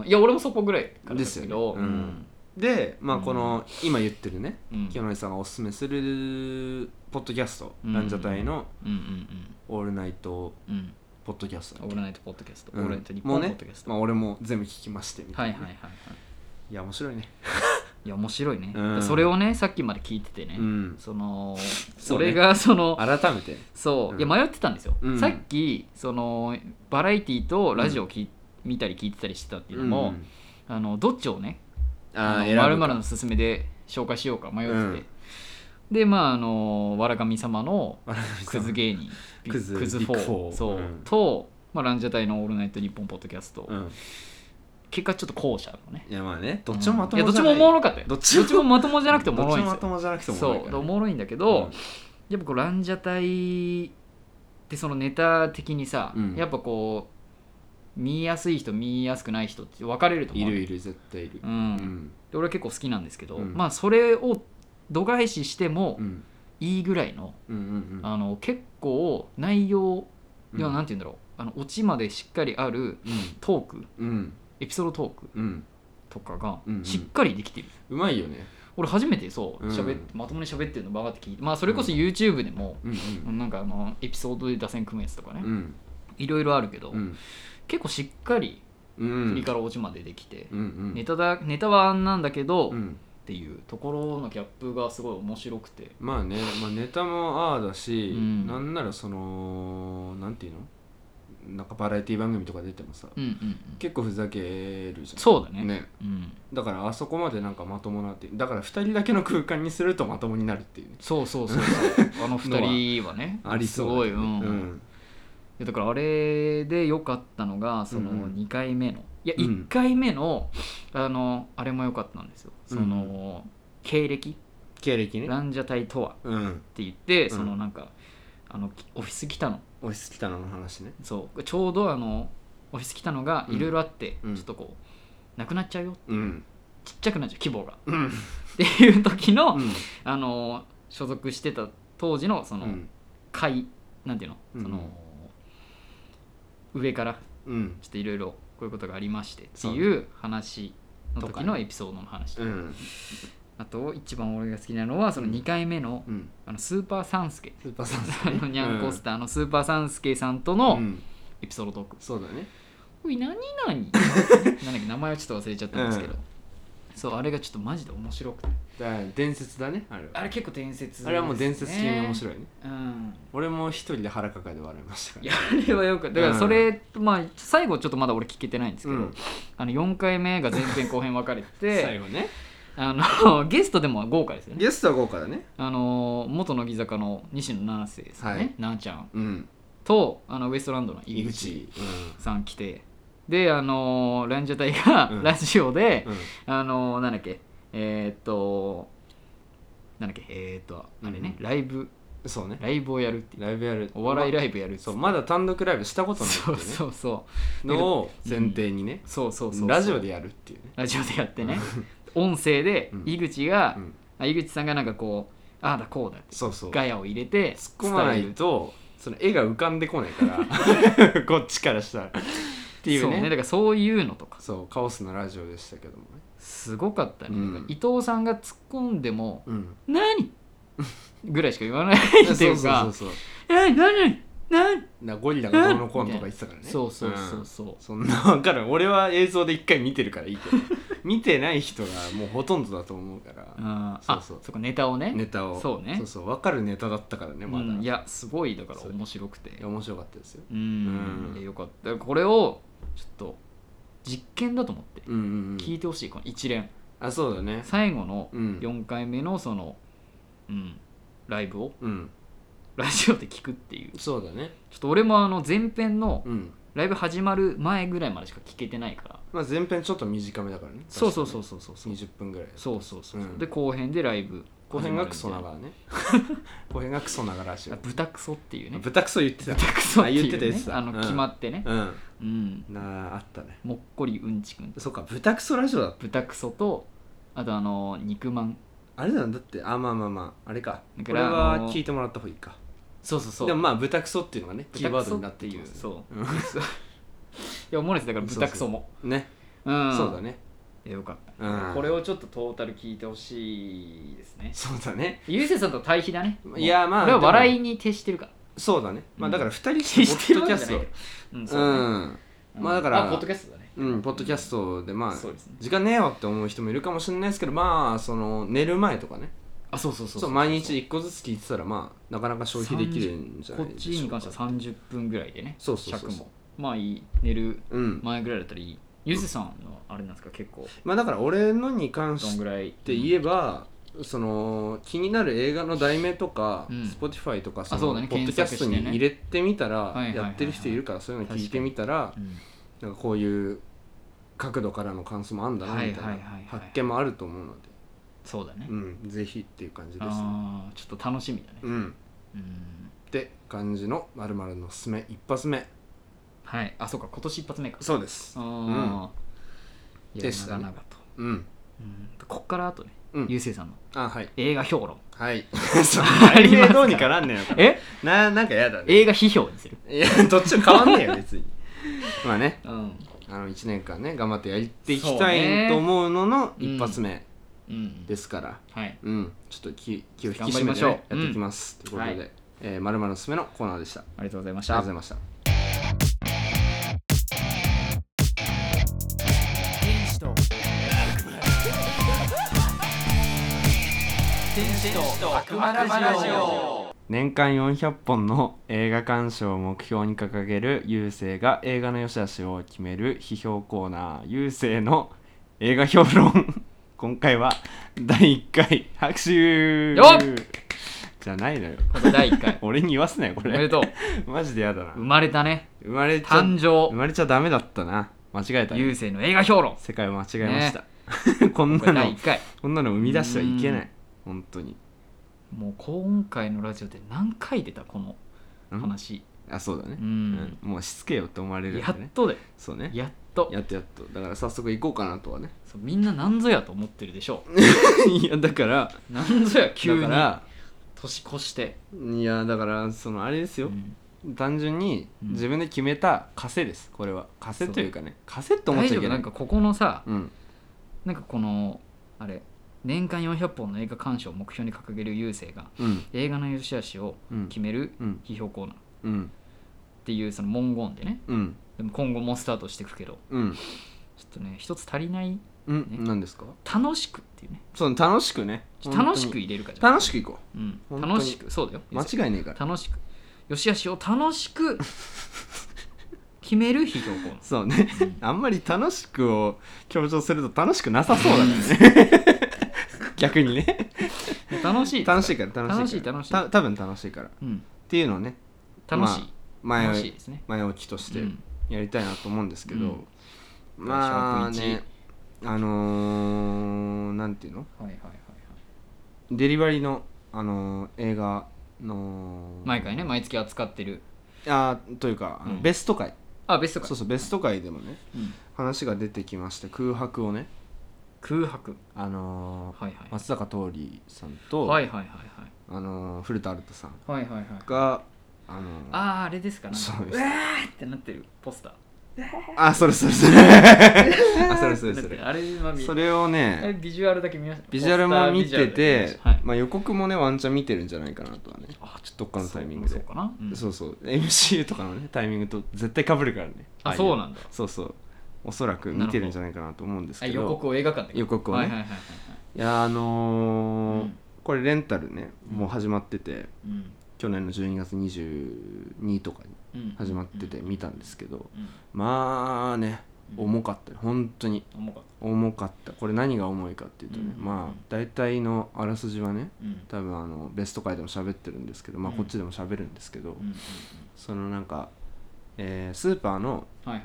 うん、いや、俺もそこぐらいからだけど、
ですよねうんで、まあ、この、今言ってるね
うん、うん、
清則さんがおすすめするポッドキャスト、
うん
ランジャタイの
うん、
「オールナイト
うん、うん、
ポッドキャスト
オールナイトポッドキャスト、」
うん
オールナイト日
も
本
う
ポ
ね
ッドキャスト、
まあ、俺も全部聞きましてみた
はいい
な
はい
ね、
はいはい、
いや面白いね
いや、面白いね、
うん
それをね、さっきまで聞いててね、
うん
その、
そうね
俺がその、
改めて
そう、
うん
いや迷ってたんですよ、
うん
さっきそのバラエティとラジオを聞い、見たり聞いてたりしてたっていうのも、
うん
あのどっちをね
あ
あ
あ
の
選
まる
ぶ
まる
か
のすすめで紹介しようか迷ってて、
うん
でまああのわらかみ様のクズ
ク
芸人ビ
クズ
クズ
ビッグフォー
4そう、
うん
と、まあ、ランジャタイの「オールナイトニッポン」ポッドキャスト、
うん
結果ちょっと後者のね
いやまあねどっちもまとも
いやどっ
じゃ
ち
な
も
い
おもろかったよ
どっちも
どっちもまともじゃなくておもろいん
どっちも
です
まと
よ
もじゃなくても
そうでおもろいんだけど、やっぱこうランジャタイってそのネタ的にさ、
うん
やっぱこう見やすい人見やすくない人って分かれると
い
思う
るいる絶対いる
う
うんん
で俺は結構好きなんですけど、
うん
まあそれを度外視しても
うん
いいぐらいの,、
うんうん
あの結構内容
うん
要はなんて言うんだろう、あのオチまでしっかりあるトーク
うんうん
エピソードトーク
うん
とかが
うんうん
しっかりできてる、
うまいよね
俺初めてそ
う
う、
ん
喋っまともに喋ってるのバカって聞いてまあそれこそ YouTube でも、
うん
なんかあのエピソードで打線組むやつとかね
うんうん
いろいろあるけど、
うん
結構しっかり
うん
振りから落ちまでできて、
うんうん
ネタだネタはあんなんだけど、
う
っ
ん
ていうところのギャップがすごい面白くて
まあね、まあ、ネタもああだし、
うん
なんならそのなんていうのなんかバラエティ番組とか出てもさ、
うんうんうん
結構ふざけるじゃん
そうだね
ね
うん、
だからあそこまでなんかまともなってだから2人だけの空間にするとまともになるっていうね
そうそうそ うそうあの二人はね
ありそうだ
すごい、
よ
う
ね
んいやだからあれで良かったのがそ
うんう
の
ん
2回目の、いや
うん
1回目の,、あのあれも良かったんですよその、経歴
経歴ね
ランジャタイとはっ
うん
て言って、
ん
そのなんかあのオフィス来たの
オフィス来たのの話ね
そうちょうどあのオフィス来たのが
うん
いろいろあって、
うん
ちょっとこうなくなっちゃうよ
うん
ちっちゃくなっちゃう規模がっ
うん
ていう時の、
うん
あの所属してた当時のその
うん
会、なんていうの
うん
その、上から
うん
ちょっといろいろこういうことがありましてっていう話の時のエピソードの話、
うん
あと一番俺が好きなのはその2回目の,、
うん
あのスーパーサンスケ
スーパーサンス
あのニャンコスターのスーパーサンスケさんとの
うん
エピソードトーク、
そうだね
おい何々なんだっけ名前をちょっと忘れちゃったんですけど、
うん
そうあれがちょっとマジで面白くて
だから伝説だねあれは
あれ結構伝説ですね、
あれはもう伝説的に面白いね
うん
俺も一人で腹抱えて笑いましたから
いやあれはよくだからそれ、まあ最後ちょっとまだ俺聞けてないんですけど、
うん
あの4回目が前編後編分かれて
最
て
後ね
あの ゲストでも豪華ですよね
ゲストは豪華だね
あの元乃木坂の西野七瀬さんね、
はい
なあちゃん
うん
とあのウエストランドの井口さん来てであのランジャタイが
うん
ラジオで、
うん
あのなんだっけえーっとなんだっけえーっとあれね、ライブ
そうね
ライブをやるっていう
ライブやる
お笑い
まあ
ライブやるっつって
そうまだ単独ライブしたことないって
そ
いううね
そうそう
のを前提にね
そうそうそうそう
ラジオでやるっていうね
ラジオでや ってね音声で
うん
井口が、
うん
あ井口さんがなんかこうああだこうだって
そうそう
ガヤを入れて
突っ込まな
伝え
い
る
とその絵が浮かんでこないから こっちからしたらっていう
そう
ね
ねだからそういうのとか
そうカオスのラジオでしたけどもね
すごかったね、
うん
だから伊藤さんが突っ込んでも
うん
「何?」ぐらいしか言わないっていう
そ
か
うそうそうそう
「え何何?
なゴリラがどうのこうのとか言ってたから」 ね
そうそうそうそう、
んそんな分からん俺は映像で一回見てるからいいけど見てない人がもうほとんどだと思うから
あー
そう
あ
そう
そっかネタをね
ネタを
そうね
そうそう分かるネタだったからねまだ、
うんいやすごいだから
そう
面白くて
いや面白かったですよ
うん
うん
いやよかったこれをちょっと実験だと思って
うんうん、う
聞
ん、
いてほしいこの一連
あそうだね
最後の
うん
4回目のその、うん、ライブを
うん
ラジオで聞くっていうちょ
そうだね
っと俺もあの前編の
うん
ライブ始まる前ぐらいまでしか聞けてないから
まあ前編ちょっと短めだからね
そうそうそう
そ
そうそう
う20分ぐらい
そうそうそう、
うん
で後編でライブ
後編がクソ
始ま
な
る
がらね後編がクソながらしい
みたいなあ豚クソっていうね
豚クソ言ってた
豚クソってい
あ
う、ね、
言ってた言ってた
あの
うん
決まってね、
うん
うん
なああったね
もっこりうんちくん
そっか豚クソラジオだった
豚クソとあとあの肉まん
あれなんだってあまあまあまああれか
だ
こ
か
れ
らあ
は
の
聞いてもらった方がいいか
そうそうそう
でもまあ豚クソっていうのがねキー
豚
ワ
ク
ード
ソ
になって
い
きま
う
す
そう
う
いやおもろいですだから豚クソも
ん ね
うん
そうだね
いやよかった、
うん
これをちょっとトータル聞いてほしいですね
そうだね
ゆうせいさんと対比だね
いやまあ
これは
でも
笑いに徹してるから
そうだねまあだから2人
徹
して
して
ポッ
る
ド
わ
キ
け
ャス
じゃない
ト
けどうん
う
そうだね
んまあだから
あポッドキャストだね
うん、ポッドキャストでまあ、
そうですね
時間ねえわって思う人もいるかもしれないですけどまあその寝る前とかね
あそうそう
そ
そううそう
毎日1個ずつ聞いてたらまあなかなか消費できるんじゃな
こ
い
っ
で
ち
しょ
に
うか
関しては30分ぐらいでね
そうそうそうそう
尺もまあいい寝る
うん
前ぐらいだったらいいゆうせいさんのあれなんですか結構
まあだから俺のに関
どん
し
ぐらい
て言えば、その気になる映画の題名とか、
うん
Spotify とかその
そうだね
ポッドキャストに
検索してね
入れてみたら、
いはいはいはい
やってる人いるからそういうの聞いてみたら
うん
なんかこういう角度からの感想もあんだなみたい
は
ない
はいはいはい
発見もあると思うので、
そうだね
うん、ぜひっていう感じですね。
あーちょっと楽しみだね
うん
うん
って感じのまるのおすすめ一発目
はいあそうか今年一発目か
そうです
ああ、
うん
いや
でしたね
長々と
うん
うんこっからあとね、
うん
ゆうせいさんの
あはい
映画評論
はい
ありますか
どうにかなんねえのか
え
ななんかやだね
映画批評にする
いやどっちも変わんねえよ別に まあね
うん
あの1年間ね頑張ってやっていき
そう
た
ね
いと思うのの
うん
一発目
うん
ですから
はい
うん、ちょっと気気を引き
頑張
締
り
め
ま
て、
しょう
ね、やっていきます、ということで、
はい
えー、まるまるのすすめのコーナーでしたあり
ありがとうございまし
がとう
た
ございました
天使と悪魔天使と悪魔ラジオ
年間400本の映画鑑賞を目標に掲げる優勢が映画の良し悪しを決める批評コーナー優勢の映画評論今回は第1回拍手
よっ
じゃないのよ
これ第1回
俺に言わすな よこ
おめで
れ
とう
マジでやだな
生まれたね
生まれちゃ
誕
生
生
まれちゃダメだったな間違えた
ゆ
ね
うせいの映画評論
世界を間違えました、 こん
これ
な
第
の
1回
こんなの生み出してはいけな
う
い本当に
もう今回のラジオで何回出たこの
うん
話
あそうだね
う、
うん
ん、
もうしつけよって思われるん
や
だ
っ
ね
とで
そうね
やっと
やっとやっとだから早速行こうかなとはね
そうみんな何ぞやと思ってるでしょ
いやだから
う何ぞや急に
だか
年越して、
らいやだからそのあれですよ
う、ん
単純に
うん
自分で決めた枷ですこれは枷というかね枷って思っ
大
ちゃ
丈
いけな
夫ないんかここのさ
うん
なんかこのあれ年間400本の映画鑑賞を目標に掲げる優勢が
うん
映画の良し悪しを
うん
決める
うん
批評コーナーっ
うん
ていうその文言でね
うん
でも今後もスタートしていくけど
うん
ちょっとね一つ足りない
うん
ね
何ですか
楽しくっていうね
その楽しくね
ちょっと楽しく
本
入れるかじ
当
ゃ
に
ん
楽しく行こ
う
本
ん、
当に
楽しくそうだよ
う間違いねえから
楽しく良し悪しを楽し く決める批評コーナー
そうねあんまり楽しくを強調すると楽しくなさそうだから ね逆にね
楽しい
楽しいから楽
楽
し
し
い
い
から
楽しい
た多分楽しいからっ
うん、
ていうのをね
楽しい、
前
楽しいですね
前置きとして
うん
やりたいなと思うんですけど、
うん
まあ
シャー
ね
プ
あのー、なんていうの
はいはいはいはい
デリバリーの、あのー映画の
毎回ね毎月扱ってる
あーというか、あの
うん
ベスト回
あベストか
そうそうベスト回でもね
うん
話が出てきまして空白をね
空白
あのー
はいはい
松坂桃李さんと、
はいはいはい
あのー古田新太さん
はいはいはいはい
があのー
あああれですかなんか
そうです
うわーってなってるポスター
あそれそれそれ あそれそれ
な
そ
って
れ
るあれは見
それをね
あれビジュアルだけ見ました
ビジュアルも見てて、
ポスタービジュアルだけ見ましたはい
まあ、予告もねワンチャン見てるんじゃないかなとはね
あちょっ
どっかのタイミング
そ
で
うかな、うん
そうそう MCU とかのねタイミングと絶対かぶるからね
あ
い
そうなんだ
そうそうおそらく見てるんじゃないかなと思うんです
あ
けど
予告を映画館で
予告をね
はいはいはいはい
いやあのー
うん
これレンタルねもう始まってて
うん
去年の12月22とかに
うん
始まってて見たんですけど
うん
まあね
うん
重かったよ本当に
重かっ
重かったこれ何が重いかっていうとね、
うん
まあ大体のあらすじはね、
たうん
多分あのベスト回でも喋ってるんですけど、まあ、
うん
こっちでも喋るんですけど、
うんうんうん
そのなんか、えースーパーの
はいはいはい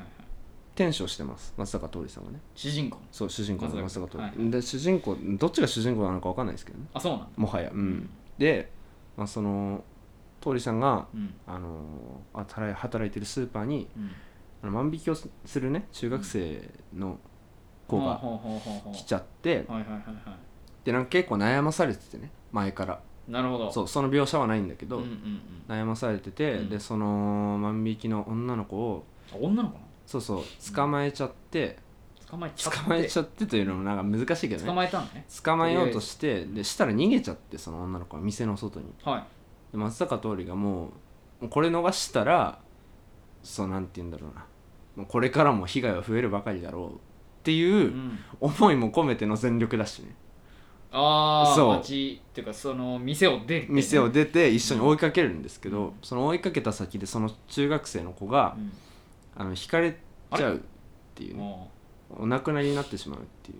店主をしてます松坂桃李さんがね
主人公
そう主人公の松
松
坂
坂
桃李、
はい
で主人公どっちが主人公なのか分かんないですけどね
あそうなんだ
もはやうん、で、まあ、その桃李さんが、
うん
あのー働い働いてるスーパーに
うん
あの万引きをすするね中学生の子が
ほうほうほうほうほう
来ちゃって、
はいはいはいはい
でなんか結構悩まされててね前から
なるほど
そううその描写はないんだけど、
んうんうん
悩まされてて、
うん
でその万引きの女の子を
あ女の子な
そうそう捕まえちゃって、
の捕まえちゃって
捕まえちゃってというのもなんか難しいけど
捕
ね
まえたのね
捕まえようとしてでしたら逃げちゃってその女の子は店の外に
はい
で松坂桃李がもうもうこれ逃したらそうなんて言うんだろうなもうこれからも被害は増えるばかりだろうって
う
いうん思いも込めての全力だしね
ああ
そう
街っていうかその店を出るってね
店を出て一緒に追いかけるんですけ
う
ど
ん
その追いかけた先でその中学生の子が
うん
あの惹かれちゃうっていうね
も
お亡くなりになってしまうっていう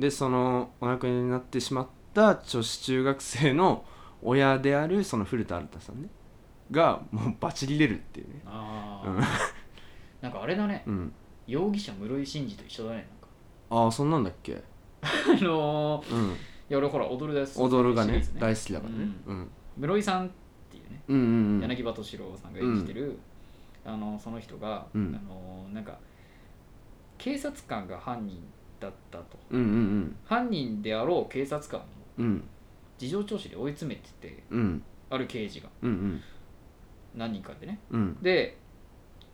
でそのお亡くなりになってしまった女子中学生の親であるその古田新太さんねがもうバチ切れるっていうね
うあ
う
あ
ん、
なんかあれだね
うん、
容疑者室井慎二と一緒だね
ああそんなんだっけ
なんかあのー
うん
いや俺ほら踊る大好き
踊るがね
シリーズ
大好きだからね、うん、
室井さんっていうね
うんうんうん
柳葉敏郎さんが演じてる、あのその人が、
うん
あのなんか警察官が犯人だったと
うんうん
犯人であろう警察官を
うんうん
事情聴取で追い詰めてて
うん
ある刑事が
うんうん
何人かでね
うん
で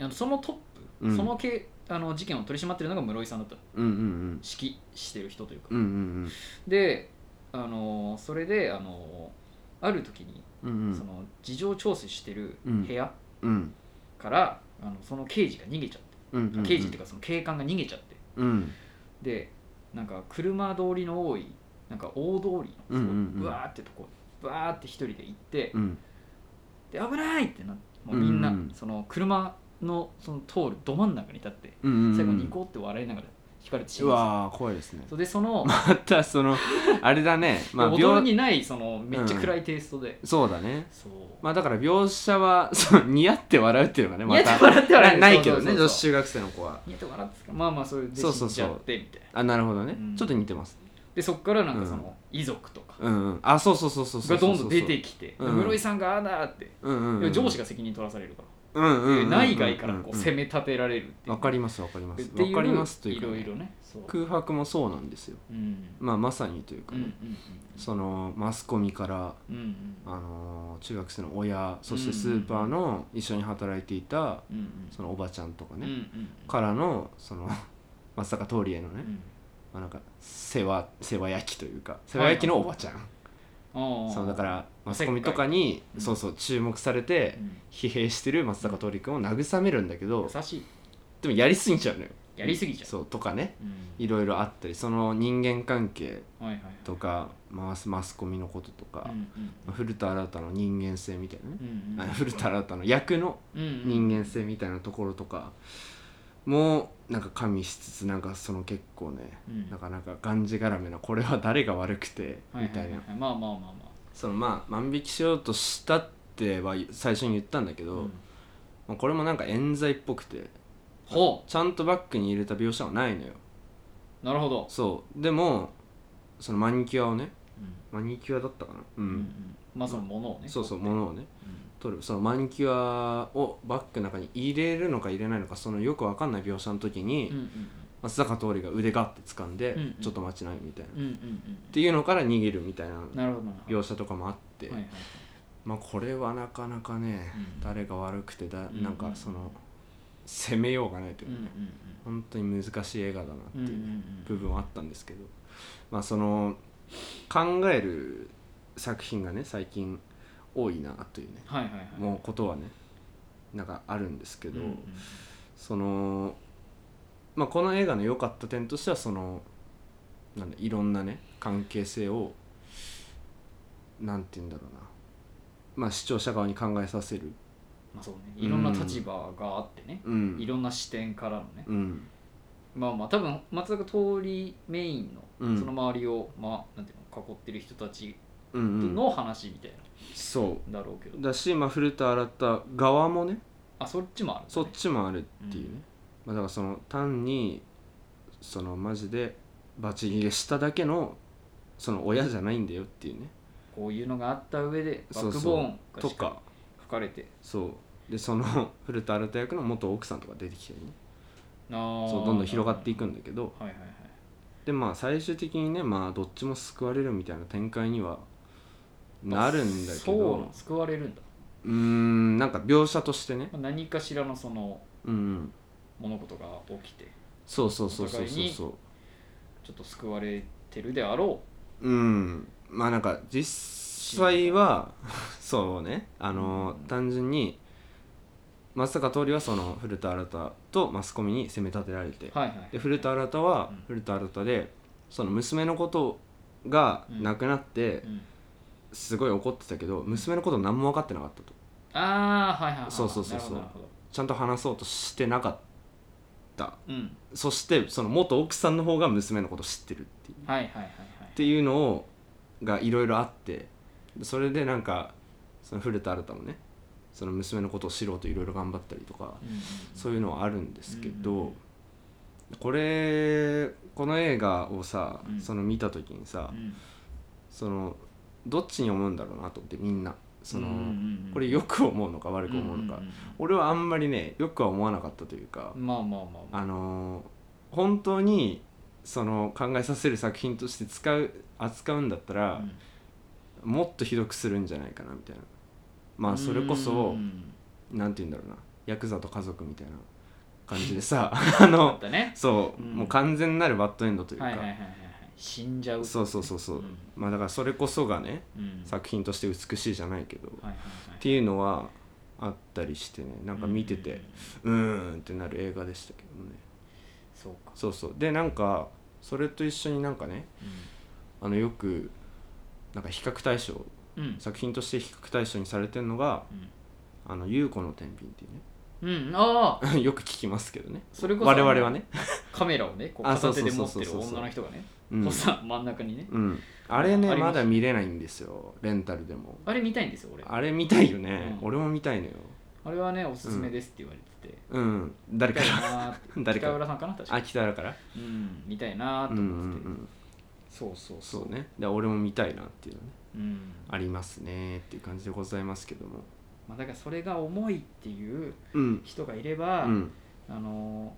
あのそのトップ、
うん
そのけあの事件を取り締まってるのが室井さんだったの
うんうん
指揮してる人というか、
うんうん
であのそれであのある時に、
うんうん
その事情聴取してる
うん
部屋
うん
から、あのその刑事が逃げちゃって、
うんうん
刑事っていうかその警官が逃げちゃって
うん
でなんか車通りの多いなんか大通り
うんうんうん
すごいわーってとこわーって一人で行って、
うん
で危ないってなってもうみんな、
うんうん
その車のその通るど真ん中に立って
うんうんうん
最後に行こうって笑いながら引かれて死
うんん
で
う
す
わー怖いですね
それでその、
またそのあれだねまあ
踊り
描
にないそのめっちゃ暗いテイストで、
そうだね
そう
まあだから描写はそう似合って笑うっていうのがねま
似合
た
って笑ってはない
なないけど
そう
ね
そうそう
女子中学生の子は
似て笑ってたからまあまあそれで
そう
死
そ
ん
う
じ
そう
ゃってみたいな
あなるほどね
うん
ちょっと似てます
でそっからなんかその、
うん
遺族とか
うんうんあそうそうそうそうそ
が
うそ
ど
うん
どん出てきて、
うん
室井さんがああだーって、
うんうん
で
う
も
ん
上司が責任取らされるから、
うんうんうんうん
で内外からこう攻
め
め立てられるっていう
わかりますわかりま
っ
す
ていう
わかりますという
い
か
ろい
ね
ろねそう
空白もそうなんですよ
うん
まあまさにというか
うんうん
ねそのマスコミから
うんうん
あのー中学生の親そして
うん
スーパーの一緒に働いていた
うんうん
そのおばちゃんとか
うんうんう
ね
ん
からのその 松坂桃李への
う
ね
ん
まあなんか世話世話焼きというか世話焼きのおばちゃん
ああ
そうだからマスコミとかに
うん
そうそう注目されて
うん
疲弊してる松坂桃李君を慰めるんだけど
優しい
でもやりすぎちゃうのよ
やりすぎちゃう
そうとかね
うん
いろいろあったりその人間関係
はいはいはい
とか回すマスコミのこととか
うん、うん
まあ古田新太の人間性みたいなね
う、んうん
あの 古田新太の役の人間性みたいなところとかもなんか加味しつつなんかその結構ね、
うん
なかなかがんじがらめなこれは誰が悪くて
は
み
は
たいな、
ははまあまあまあま
そのまあ万引きしようとしたっては最初に言ったんだけ
あ
ど、
うん
まあこれもなんか冤罪っぽくて
ほ
ちゃんとバッグに入れた描写はないのよ
うなるほど
そうでもそのマニキュアをね
うん
マニキュアだったかなう、
うんうんんまあそのものをね
そうそう
取って
物をね取るそのマニキュアをバッグの中に入れるのか入れないのかそのよくわかんない描写の時に、
うんうん
松坂桃李が腕ガッて掴んで、
うんうん
ちょっと待ちなよみたいな、
うんうんうん
っ
う
ていうのから逃げるみたい
ん
な
なるほどなるほど
描写とかもあって、
はいはい
まあこれはなかなかね、
うん
誰が悪くてだ
ん
なんかその攻めようがないという
うん
か、
うん
本当に難しい映画だな
うんう
っ
ん
ていう
う
部
ん
分はあったんですけど、まあその考える作品がね最近多いなというね
はいはいはい
もうことはねなんかあるんですけ
うん
ど、
うん
その、まあ、この映画の良かった点としてはそのなんだいろんなね関係性をなんて言うんだろうな、まあ、視聴者側に考えさせる、
まあそうねいろんな立場があってね
うん、
いろんな視点からのね
うん
まあまあ多分松坂通りメインの
うん
その周りをまあなんていうの囲ってる人たち
うんうん
の話みたい
そ
なんだろうけど
うだし、まあ、古田新太側もね
あそっちもあるんだね
そっちもあるっていうね、まあ、だからその単にそのマジでバチ切れしただけのその親じゃないんだよっていうね
こういうのがあった上でバ
そう
ッ
そ
ク
う
ボーンが
と
しっか
か
り書かれて
そうでその 古田新太役の元奥さんとか出てきたりね
そ
そうどんどん広がっていくん
だ
だけど
はいはいはい
でまあ最終的にねまあどっちも救われるみたいな展開にはなるんだけ
そうな
ど
の救われるんだ
うーんなんか描写としてね
まあ何かしらのその
うんうん
物事が起きて
そうそうそうそ
お
う
互
そ
いうに
そ
ちょっと救われてるであろ
ううんまあなんか実際は そうねあの
うん
単純に松坂桃李はその古田新太とマスコミに責め立てられて
うはいはい
で古田新太は
うん
古田新太でその娘のことが亡くなって
うん
すごい怒ってたけど娘のこと何も分かってなかったと
ああはいはいはい
そうそうそうそう
なるほどなる
ちゃんと話そうとしてなかった
ほどうん
そしてその元奥さんの方が娘のこと知ってるっていうっ
はいはいはいはい
ていうのをがいろいろあってそれでなんかその古田新太もねその娘のことを知ろうといろいろ頑張ったりとか
うんうんうん
そういうのはあるんですけど、
うんうん
これこの映画をさ、
うん
その見た時にさ、
うん
そのどっちに思うんだろうなと思ってみんなその、
うんうんうん
これよく思うのか悪く思うのか、
んんん
俺はあんまりねよくは思わなかったというか、
まあまあまあまあ
あのー本当にその考えさせる作品として使う扱うんだったら、もっとひどくするんじゃないかなみたいなまあそれこそ
うん
なんて言うんだろうなヤクザと家族みたいな感じでさあ
あっ
の
たね
そう、
うん
もう完全なるバッドエンドというか、
はいはいはいはいはい死んじゃう
そうそうそうそう、
ん
まあだからそれこそがね
うん
作品として美しいじゃないけど、
はいはい
っ
は
ていうのはあったりしてねないんか見てて
うん
うーんってなる映画でしたけどね
そうか
そうそうでなんかそれと一緒になんかねあのよくなんか比較対象
うんうん
作品として比較対象にされてるのが「あの優子の天秤」って
うんうんああ
いうね よく聞きますけどね
それこそ
我々はね
カメラをねこう
あそ
片
う
手
そう
で
そう
持ってる
そうそう
女の人がね
うん
こうさ真ん中にね
うんあれね
ありま
ま
した
だ見れないんですよレンタルでも
あれ見たいんですよ俺
あれ見たいよね
うん
俺も見たいのよ
あれはねおすすめですって言われてて
うん誰
見
か
たい
ら
なーって
誰か
北浦さんかな確か
あ北原から
うん見たいなー
う
と
んう
思ってて
ん
そうそう
うん
そ
そううねで俺も見たいなっていうのね
うん
ありますねっていう感じでございますけども
まあだからそれが重いっていう
うん
人がいれ
う
ば
ん
あの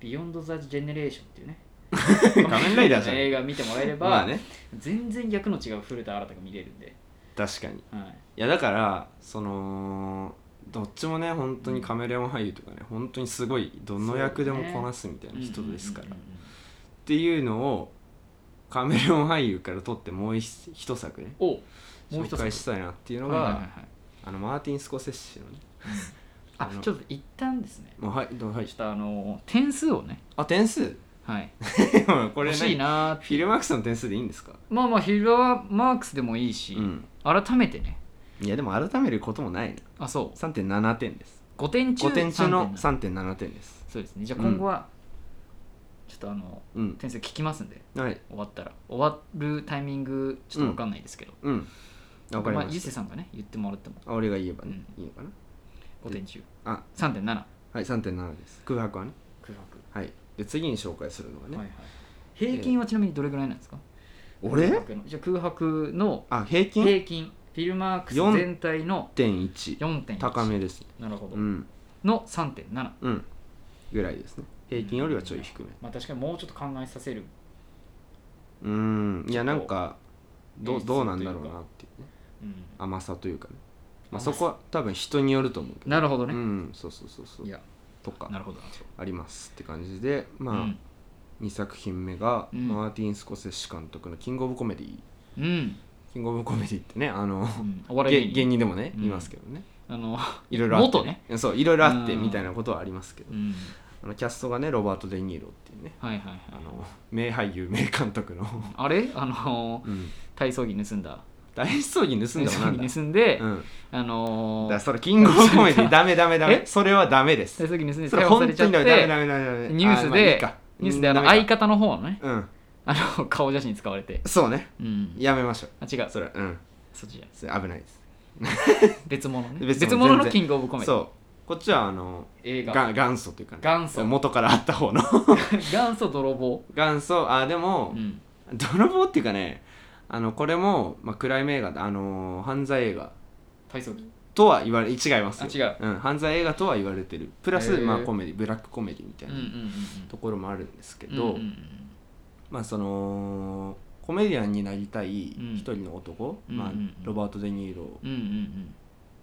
ー「ビヨンド・ザ・ジェネレーション」っていうね
仮面ライダーじゃん
映画見てもらえれば、
まあね
全然役の違う古田新太が見れるんで、
確かにい
はい、
やだからそのどっちもね本当にカメレオン俳優とかね本当にすごいどの役でもこなすみたいな人ですから、
うんう
っ
んうんうん
ていうのをカメレオン俳優から撮ってもう一一作ね
おもう一
紹
つ
介したいなっていうの
の
が、
が、はいはいはいはい
あのマーティン・スコセッシのね
あ
あの
ちょっと一旦ですね
もうはいどうはい
ちょっとあのー点数をね、
あ点数
はい、
これ
欲しい
ね
なーって
フィルマークスの点数でいいんですか
まあまあヒルはマークスでもいいし、
うん
改めてね
いやでも改めることもないな
あそう
3.7点です
5点中
5点中の
3.7
3.7点です
そうですねじゃ
う
あ
ん
今後は、ちょっとあの
うん
点数聞きますんで
はい
終わったら終わるタイミングちょっと分かんないですけど、
うんわかり
あ
ま
ゆ
し
せさんがね言ってもらっても
たあ俺が言えばね、いいのかな
5点中
あ
3.7空
はい3.7です空白はね
白、
はいで次に紹介するのがね、
はいはい平均はちなみにどれぐらいなんですか、空
俺
白のじゃあ空白の
あ平均
平均フィルマークス
4
全体の
1.1
4.1
高めですね
なるほど、
うん
の3.7
うんぐらいですね平均よりはちょい低め
まあ確かにもうちょっと考えさせる
うんいやなんかど
演
う
出
どうなんだろうなっていうね
うん
甘さというかね、まあ、
甘さ
そこは多分人によると思うけど
なるほど
う
ね、
んそうそうそうそう
いや
とか
なるほど
ありますって感じでまあ、
うん
2作品目が、
うん
マーティン・スコセッシ監督の「キング・オブ・コメディ」
うん、うん
キングオブコメディってねあの、
お笑
げ
い芸
芸
人
人でもね、
うん
いますけどね
あの、
いろいろあって
元ね
そういろいろあって
うん
みたいなことはありますけど、
うん、
あのキャストがねロバート・デ・ニーロっていうね
はいはいはい
あの名俳優名監督の、
あれ あの
うん、
体操着盗んだ
大葬儀盗んだもなんだ、
盗んで、
うん、
あ
だ
の
からそれキングオブコメデ ィダメダメダメ
え
それはダメです
体操着盗んで
それ
逮捕さ
本
れち
当
ゃっ
にダメダメ
て
ダメダメダメ
ニュース
あまあい
で
いか
ニュースであ
う
の
んダメ
相方の方のね
かうん
あの顔写真使われて、
そうね
うん、
やめましょう
あ違う
それはうん
そっちじゃない
それ危ないです
別物ね
別物
別物
全
の
然
キングオブコメディ
そうこっちはあの
映
が
画
元祖というか、ね、
元祖
元からあった方の
元祖泥棒、
元祖あでも
う、ん、
泥棒っていうかねあのこれも、まあ、暗い映画だあのー犯罪映画
体操着
とは言われ違いますよ
あ
違う、ん、犯罪映画とは言われてるプラス、
へー
まあ、コメディブラックコメディみた
う
い
んう
なん
うんうん
ところもあるんですけ
うん
ど、
うん
まあそのコメディアンになりたい一人の男、
うん
まあ
うんうんうん、
ロバート・デ・ニーロを
うんうんうん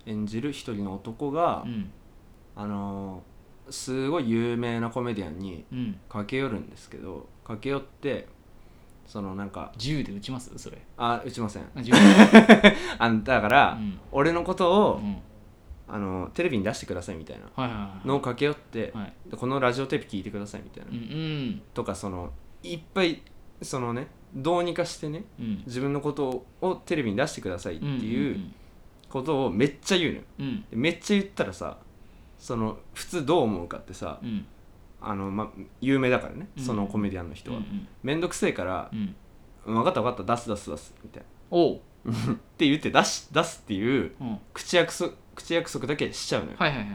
演じる一人の男が、
うん
あのーすごい有名なコメディアンに
うん
駆け寄るんですけど駆け寄ってそのなんか
銃で撃ちますそれ
あ打ちません
あ銃で撃ちます
あだか
う
ら、
ん
俺のことを、
うん
あのテレビに出してくださいみたいな
はいはいはい
のを駆け寄って、
はい
でこのラジオテープ聞いてくださいみたいな、
うん
とかそのいっぱいそのねどうにかしてね
うんうん
自分のことををテレビに出してくださいっていうんことをめっちゃ言うのよ
うんうん
でめっちゃ言ったらさその普通どう思うかってさ
うんうん
あの、ま、有名だからね
うん
そのコメディアンの人は、
うん
めんどくせえから
う、ん
分かった分かった出す出す出すみたいな
おう、
って言って出し出すっていう
うん、はい
口約束口約束だけしちゃうのよ、
はいはいはい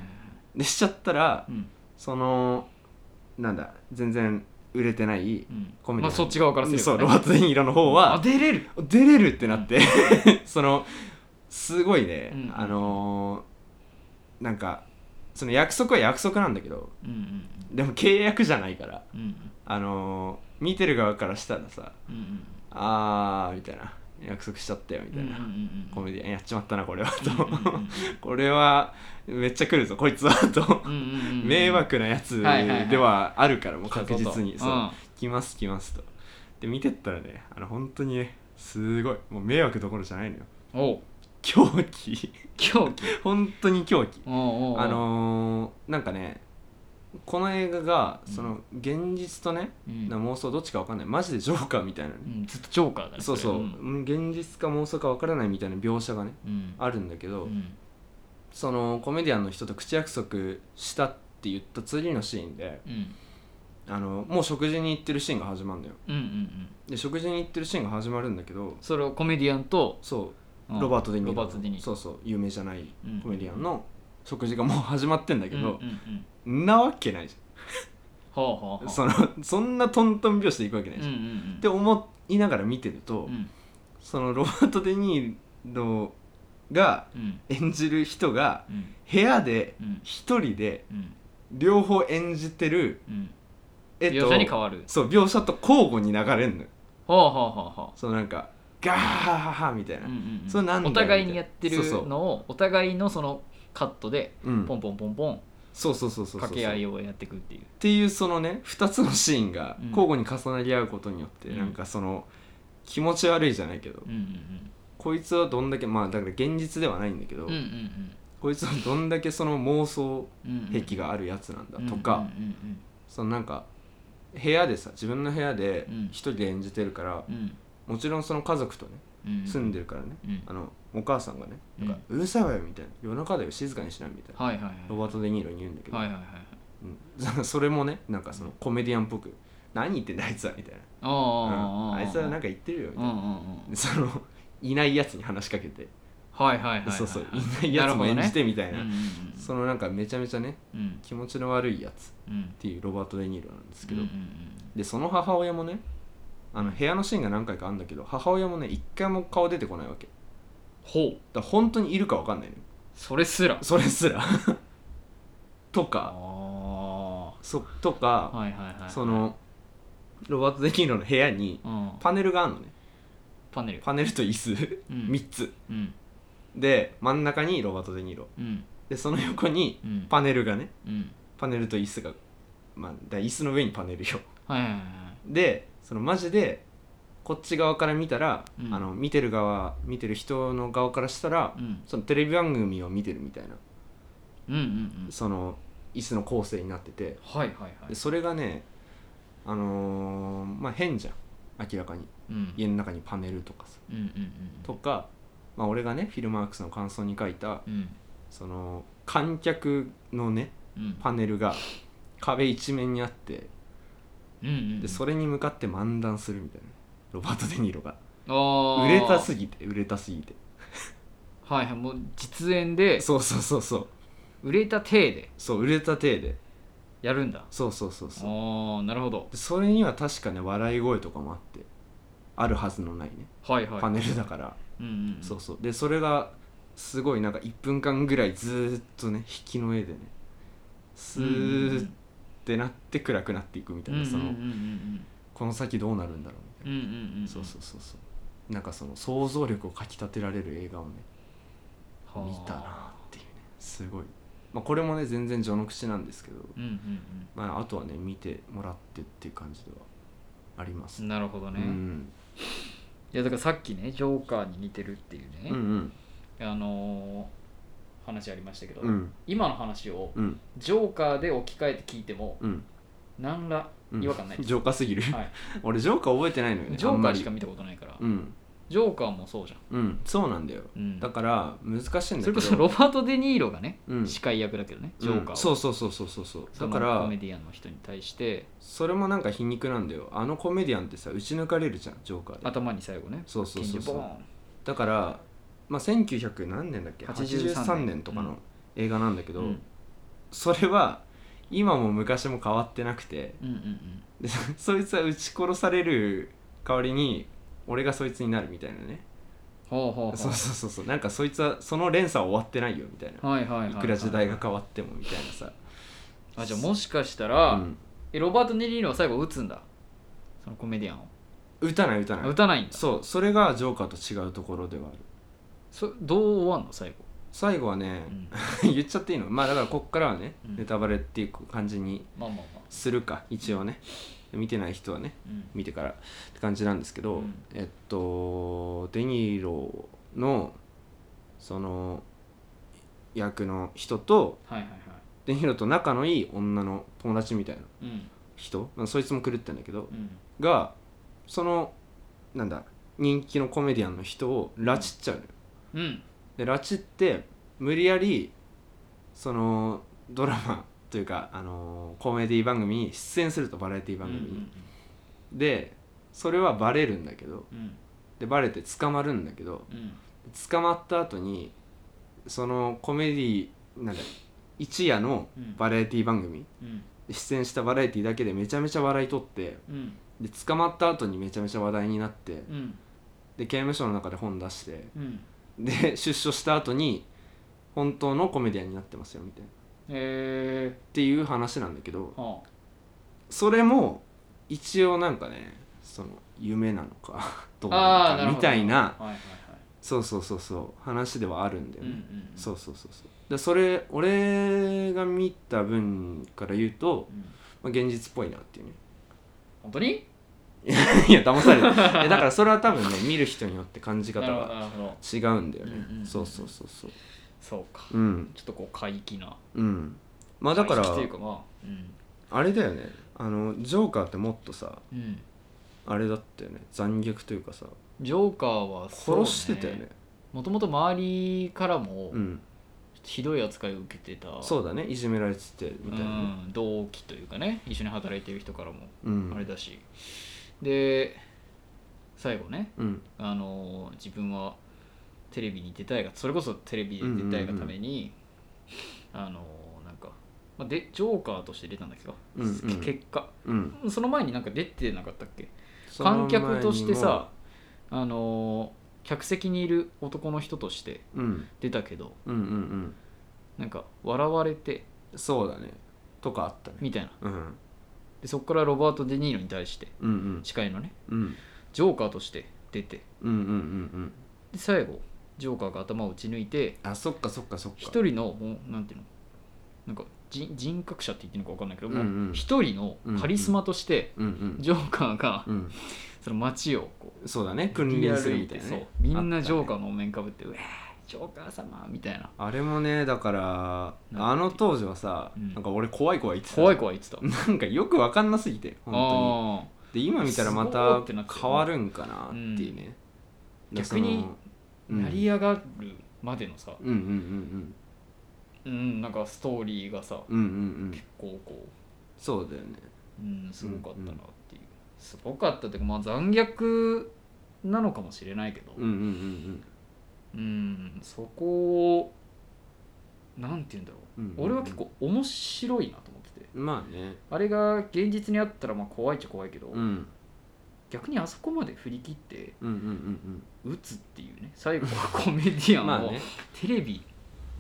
でしちゃったら
うん
そのなんだ全然売れてない
うん
コメディアン
まあそっち側からすれば、ね、
そうロバート・デ・ニーロの方は
あ出れる
出れるってなって、 そのすごいね、
うん
あのーなんかその約束は約束なんだけど
うん
でも契約じゃないから
うんうん
あのー見てる側からしたらさ
うんうん
あーみたいな約束しちゃったよみ
うん
た
う
い
ん
な、
うん
コメディアンやっちまったなこれは
うんうんうん
と これはめっちゃ来るぞこいつはと
うんうんうんうん
迷惑なやつ
はいはいはい
ではあるからもう確実に
そ
そうう
そううん
来ます来ますとで見てったらねあの本当にねすごいもう迷惑どころじゃないのよ
おう
狂気
狂気
本当に狂気
おうおうおう
あのー、なんかねこの映画がその現実とね、
うん
な妄想どっちかわかんないマジでジョーカーみたいなね、
うんずっとジョーカーだね
そうそう、
れ
うん現実か妄想かわからないみたいな描写がね
うん
あるんだけど、
うん
そのコメディアンの人と口約束したって言った次のシーンで
うん
あのもう食事に行ってるシーンが始まるんだよ
うんうんうん
で食事に行ってるシーンが始まるんだけど
それをコメディアンと
そうう、
ん
ロバート・デ・ニー
ロ
ロ
バート・デ・ニー
そうそう有名じゃない
うん
コメディアンの食事がもう始まってんだけど
うん、うんうん
なわけないじ
ほうほ
ゃん
うほう
そのそんなトントン拍子で行くわけないじゃん、
うん
っ
うんうん
て思いながら見てると、
うん
そのロバート・デ・ニーロが
うん
演じる人が
うん
部屋で
うん
一人で
うん
両方演じてる
うん
絵
描
と
写に変わる
そう描写と交互に流れんのよ
ほうほうほうほ
そのなんかガーハハハみたいうな、
うんうんうん
それなんだよ
お互いにやってる
みたいなそうそう
のをお互いのそのカットで
うん
ポンポンポンポン
そうそうそうそうそう
掛け合いをやっていくっていう
っていうそのね2つのシーンが
うん
交互に重なり合うことによって、
うん
なんかその気持ち悪いじゃないけど、
うんうん
こいつはどんだけまあだから現実ではないんだけど、
うんうんうん
こいつはどんだけその妄想
うんうん
癖があるやつなんだとか、
うんうん
そのなんか部屋でさ自分の部屋で
うん
一人で演じてるから、
うんうん
もちろんその家族とね
うん
住んでるからね、
うん
あのお母さんがね
うん
なんか、うるさいわよ」みたいな「夜中だよ静かにしない」みたいな、
はいはいはい
ロバート・デ・ニーロに言うんだけど、
はいはいはいはい
うん、 それもねなんかそのコメディアンっぽく「何言ってんだあいつは」みたいな。
ああ
うん
ああ
あいつはなん
か
か言ってるよみ
う
た
ん
い
うんう
な、
ん
そのいないやつに話しかけて、
はいはいはいはい
そうそういないやつも
なるほど
演
ね
じてみたい
うん
な
うんうん
そのなんかめちゃめちゃね
うん
気持ちの悪いやつっ
うん
ていうロバート・デ・ニーロなんですけど、
うんうん
でその母親もねあの部屋のシーンが何回かあるんだけど母親もね一回も顔出てこないわけ
ほう
だから本当にいるか分かんないの、よ
それすら
それすら と
あ
か
あ
そとか、
はいはいはい
そのロバート・デ・ニーロの部屋に
うん
パネルがあるのね
パネル
パネルと椅子
うん
3つ
うん
で真ん中にロバート・デ・ニーロ
うん
でその横に
うん
パネルがね
うん
パネルと椅子がまあだ椅子の上にパネルよ
はいはいはい
でそのマジでこっち側から見たら、
うん
あの見てる側見てる人の側からしたら、
うん
そのテレビ番組を見てるみたいな
うんうんうん
その椅子の構成になってて
はいはいはい
でそれがねあのーまあ変じゃん明らかに
うん
家の中にパネルとかさ
うんうんうん
とか、まあ、俺がねフィルマークスの感想に書いた
うん
その観客のね
うん
パネルが壁一面にあって
うんうん
でそれに向かって漫談するみたいなロバート・デ・ニーロが
あー
売れたすぎて売れたすぎて
はいはいもう実演で
そうそうそうそう
売れた体で
そう売れた体で
やるんだ
そうそうそう
あ
そう
ーなるほど
でそれには確かね笑い声とかもあってあるはずのないね
はいはい
パネルだから、
うんうんうん
そうそうでそれがすごいなんか1分間ぐらいずーっとね引きの絵でねス
うんうんう
ーっ
ん
てなって暗くなっていくみたいな、そ
うん
の
うんうん
この先どうなるんだろうみたいな
うんうんうんうんうん
そうそうそうそうなんかその想像力をかきたてられる映画をね
はあ
見たなっていうねすごい、まあ、これもね全然序の口なんですけど、
うんうん
まあ、あとはね見てもらってっていう感じではあります
うんなるほど
う
ね、
ん
いやだからさっきねジョーカーに似てるっていう
う
ね、
んうん
あのー話ありましたけど、
うん
今の話を
うん
ジョーカーで置き換えて聞いても
うん
何ら
うん
違和感ないです、
ジョーカーすぎる、
はい、
俺ジョーカー覚えてないのよね
ジョ
あん
ーカ
ま
ー
り
しか見たことないから、
うん
ジョーカーもそうじゃ
うんそうなんだよ、
ん、うん
だから難しいんだけ
それ
ど
こそロバート・デ・ニーロがね、
うん
司会役だけどねジョーカーは、
うんそうそうそうそうそうそう
そ
だ
の
から
コメディアンの人に対して
それもなんか皮肉なんだよあのコメディアンってさ打ち抜かれるじゃんジョーカーで
頭に最後ね
そうそうそうそう
拳銃ボーン
だから、まあ、1900何年だっけ
83
83年とか
うん
の映画なんだけど、
うん
それは今も昔も変わってなくて
うんうん
で そいつは撃ち殺される代わりに俺がそいつになるみたいなね
ほうほうほう
そうそうそうそうなんかそいつはその連鎖は終わってないよみたいな、
はいはいはい
い
はい
くら時代が変わってもみたいなさ、
あじゃあもしかしたら、
うん
えロバート・デ・ニーロは最後打つんだそそのコメディアンを、
打たない打たない
打たないんだ
そうそれがジョーカーと違うところではある
そどう終わんの最後、
最後はね
う、ん
言っちゃっていいのまあだからこっからはね、
うん
ネタバレっていう感じに
まあまあまあ、
するか一応ね見てない人はね
うん
見てからって感じなんですけど、
うん
えっとデニーロのその役の人と
はいはいはい
デニーロと仲のいい女の友達みたいな
うん
人、まあ、そいつも狂ってんだけど
うん
がそのなんだ人気のコメディアンの人を拉致っちゃうのよ
うん
で拉致って無理やりそのドラマというかあのコメディ番組に出演するとバラエティ
うんう
番組に、
ん
でそれはバレるんだけど
うん
でバレて捕まるんだけど
うん
捕まった後にそのコメディなんだ一夜の
うん
バラエティ番組
うん
出演したバラエティだけでめちゃめちゃ笑い取って
うん
で捕まった後にめちゃめちゃ話題になって
うん
で刑務所の中で本出して
うん
で出所した後に本当のコメディアンになってますよみたいなっ
え
ていう話なんだけど
ー、は
それも一応なんかねその夢なのかどうなのかみたいな
はいはいはい
そうそうそうそう話ではあるんだよ
うん
ね、
うん
そううそうそうそうでそれ俺が見た分から言うと、
ん、
まあ、現実っぽいなっていうね
本当に
いや騙されたえだからそれは多分ね見る人によって感じ方
なるほど
が
なるほど
違うんだよね、
うんうんうん
そうそうそうそう
そうか
うん
ちょっとこう怪奇な
うんまあだから
怪奇というかまあうん
あれだよねあのジョーカーってもっとさ
うん
あれだったよね残虐というかさ
ジョーカーはそうね
殺してたよね
もともと周りからも
うん
ひどい扱いを受けてた、
そうだねいじめられててみ
う
たいなね
ん同期というかね一緒に働いてる人からも
うん
あれだし、で最後ね
うん
あのー自分はテレビに出たいがそれこそテレビで出たいがために、あのーなんか、まあ、でジョーカーとして出たんだけど、
うんうん
け結果
うん
その前になんか出てなかったっけ
その前に
観
も
客としてさあのー客席にいる男の人として
うん
出たけど
うんうんうん
なんか笑われて
そうだねとかあったね
みたいな
うんうん
でそこからロバート・デ・ニーロに対して
うん
司会のね
うん
ジョーカーとして出て
うんうんうんうん
で最後ジョーカーが頭を打ち抜いて
あそっかそっかそっか
一人のもうなんていうのなんか人人格者って言ってるのか分かんないけども
うんうん
一人のカリスマとして
うんうん
ジョーカーが
うん
その街をこう
そうだね君臨する
歩
み
い
た
て
いな
そう
ね
みんなジョー
ー
カーのお面かぶって「うわージョーカー様」みたいな
あれもねだから
なん
あ
て
の当時はさ
うん
なんか俺怖い怖い言ってた
怖い怖い言ってた
なんかよくわかんなすぎて本
あ
当にで今見たらます
ごー
た
ってなってる
変わるんかなっていうね、
うん
だから
逆に
その
あ
うん
成り上がるまでのさ
うんうん
うんなんかストーリーがさ
うんうんうんうんうん
結構こ
そうだよね
ううんすごかったなっていうすごかったっていうかまあ残虐なのかもしれないけど
うんうんうん
うんそこをなんて言うんだろ
うんうんうん
う俺は結構面白いなと思ってて
うんまあね
あれが現実にあったらまあ怖いっちゃ怖いけど、
うんうん
逆にあそこまで振り切って
うんうん
打つっていうね最後はコメディ
う
ア
んまあ
ンを
ね
テレビ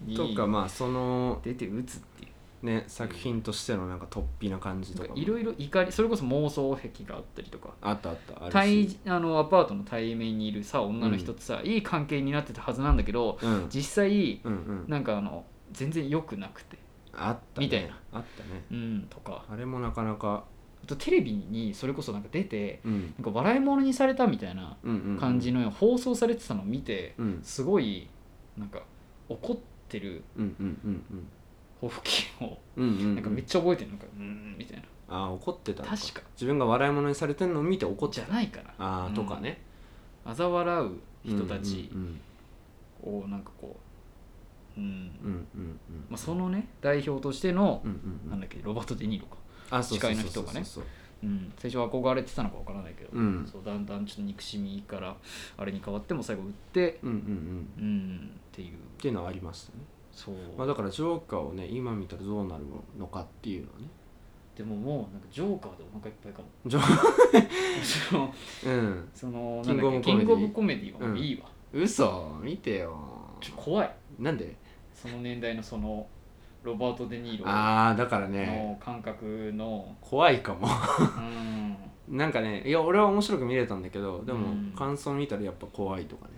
に
とかまあその
出て打つっていう
ね作品としてのなんか突飛な感じと
なん
か
か
も
いろいろ怒りそれこそ妄想癖があったりとか
あったあったある
対
し
あのアパートの対面にいるさ女の人とさ、いい関係になってたはずなんだけど
うん
実際
うんうん
なんかあの全然良くなくて、
あったね
みたいな
あったね
うん、とか
あれもなかなか
あとテレビにそれこそなんか出て
うん
なんか笑い物にされたみたいな
うんうんうん
感じのよう放送されてたのを見て
うん
すごいなんか怒ってる
うんうんうんうん
抱負金を
うんうんうん
なんかめっちゃ覚えてるなんかうーんみたいな
あー怒ってたのか
確か
自分が笑い物にされてるのを見て怒っ
じ
ちゃ
ゃ
う
ないかな
あ
う
あ
ん
とかね
嘲笑う人たち
うん
をなんかこううん
うんうんうん
まあそのね代表としての
うんうんうん
なんだっけロバート・デ・ニーロか
あそうそう
司会の
そ
人
う
が
そう
ね
そう
うん最初は憧れてたのかわからないけど
うん
そうだんだんちょっと憎しみからあれに変わっても最後売って
うんうんうん
うんっていう
っていうのはありましたね、
そう
まあ、だからジョーカーをね今見たらどうなるのかっていうのはね
でももうなんかジョーカーでお腹いっぱいかも
ジョ
その
うん
そ の
キングオブ
なんだっけキング
コ
オ
メディ
ブコメディはもういいわ、
嘘見てよ
ちょっと怖い
なんで
その年代のそのロバート・デ・ニーロ
ああだからね
の感覚の、
怖いかも
うん、
なんかねいや俺は面白く見れたんだけどでも
うん
感想見たらやっぱ怖いとかね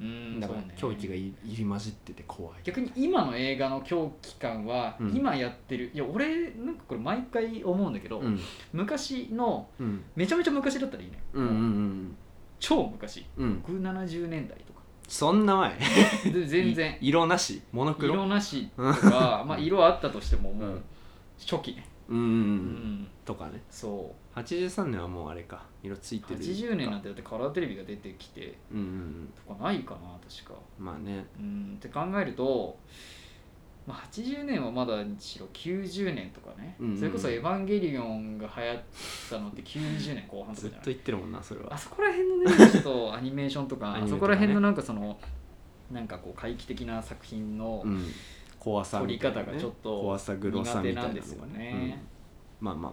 うん、
だから
そうね
狂気がい入り混じってて怖い
逆に今の映画の狂気感は、
うん
今やってるいや俺なんかこれ毎回思うんだけど、
うん
昔の
うん
めちゃめちゃ昔だったらいいね、
うんうんうん
超昔
うん
170年代と か
そんな前
で全然
い 色なしモノクロ
色なしとか、まあ、色あったとしてもも
う
うん初期ね、
うんうん
う
うん
ん、
とかね
そ
83年はもうあれか色ついうてる
80年なんてだってカラーテレビが出てきて
うんうん
とかないかな確か
うんまあね
うんって考えると、まあ、80年はまだにしろ90年とかね、
うんうん
それこそ「エヴァンゲリオン」が流行ったのって90年後半と
ず
か
っ
じゃ
と
な
言
い
ってるもんなそれ
あ
は
そこら辺のねち ょっとアニメーションとか
アニメ
あ
とかね
そこら辺のなんかそのなんかこう怪奇的な作品の
うん怖さみたいなね
取り方がちょっと
怖さグロさ
苦手
みたいな
な
の
ん
が
ですよね、
うんまあまあ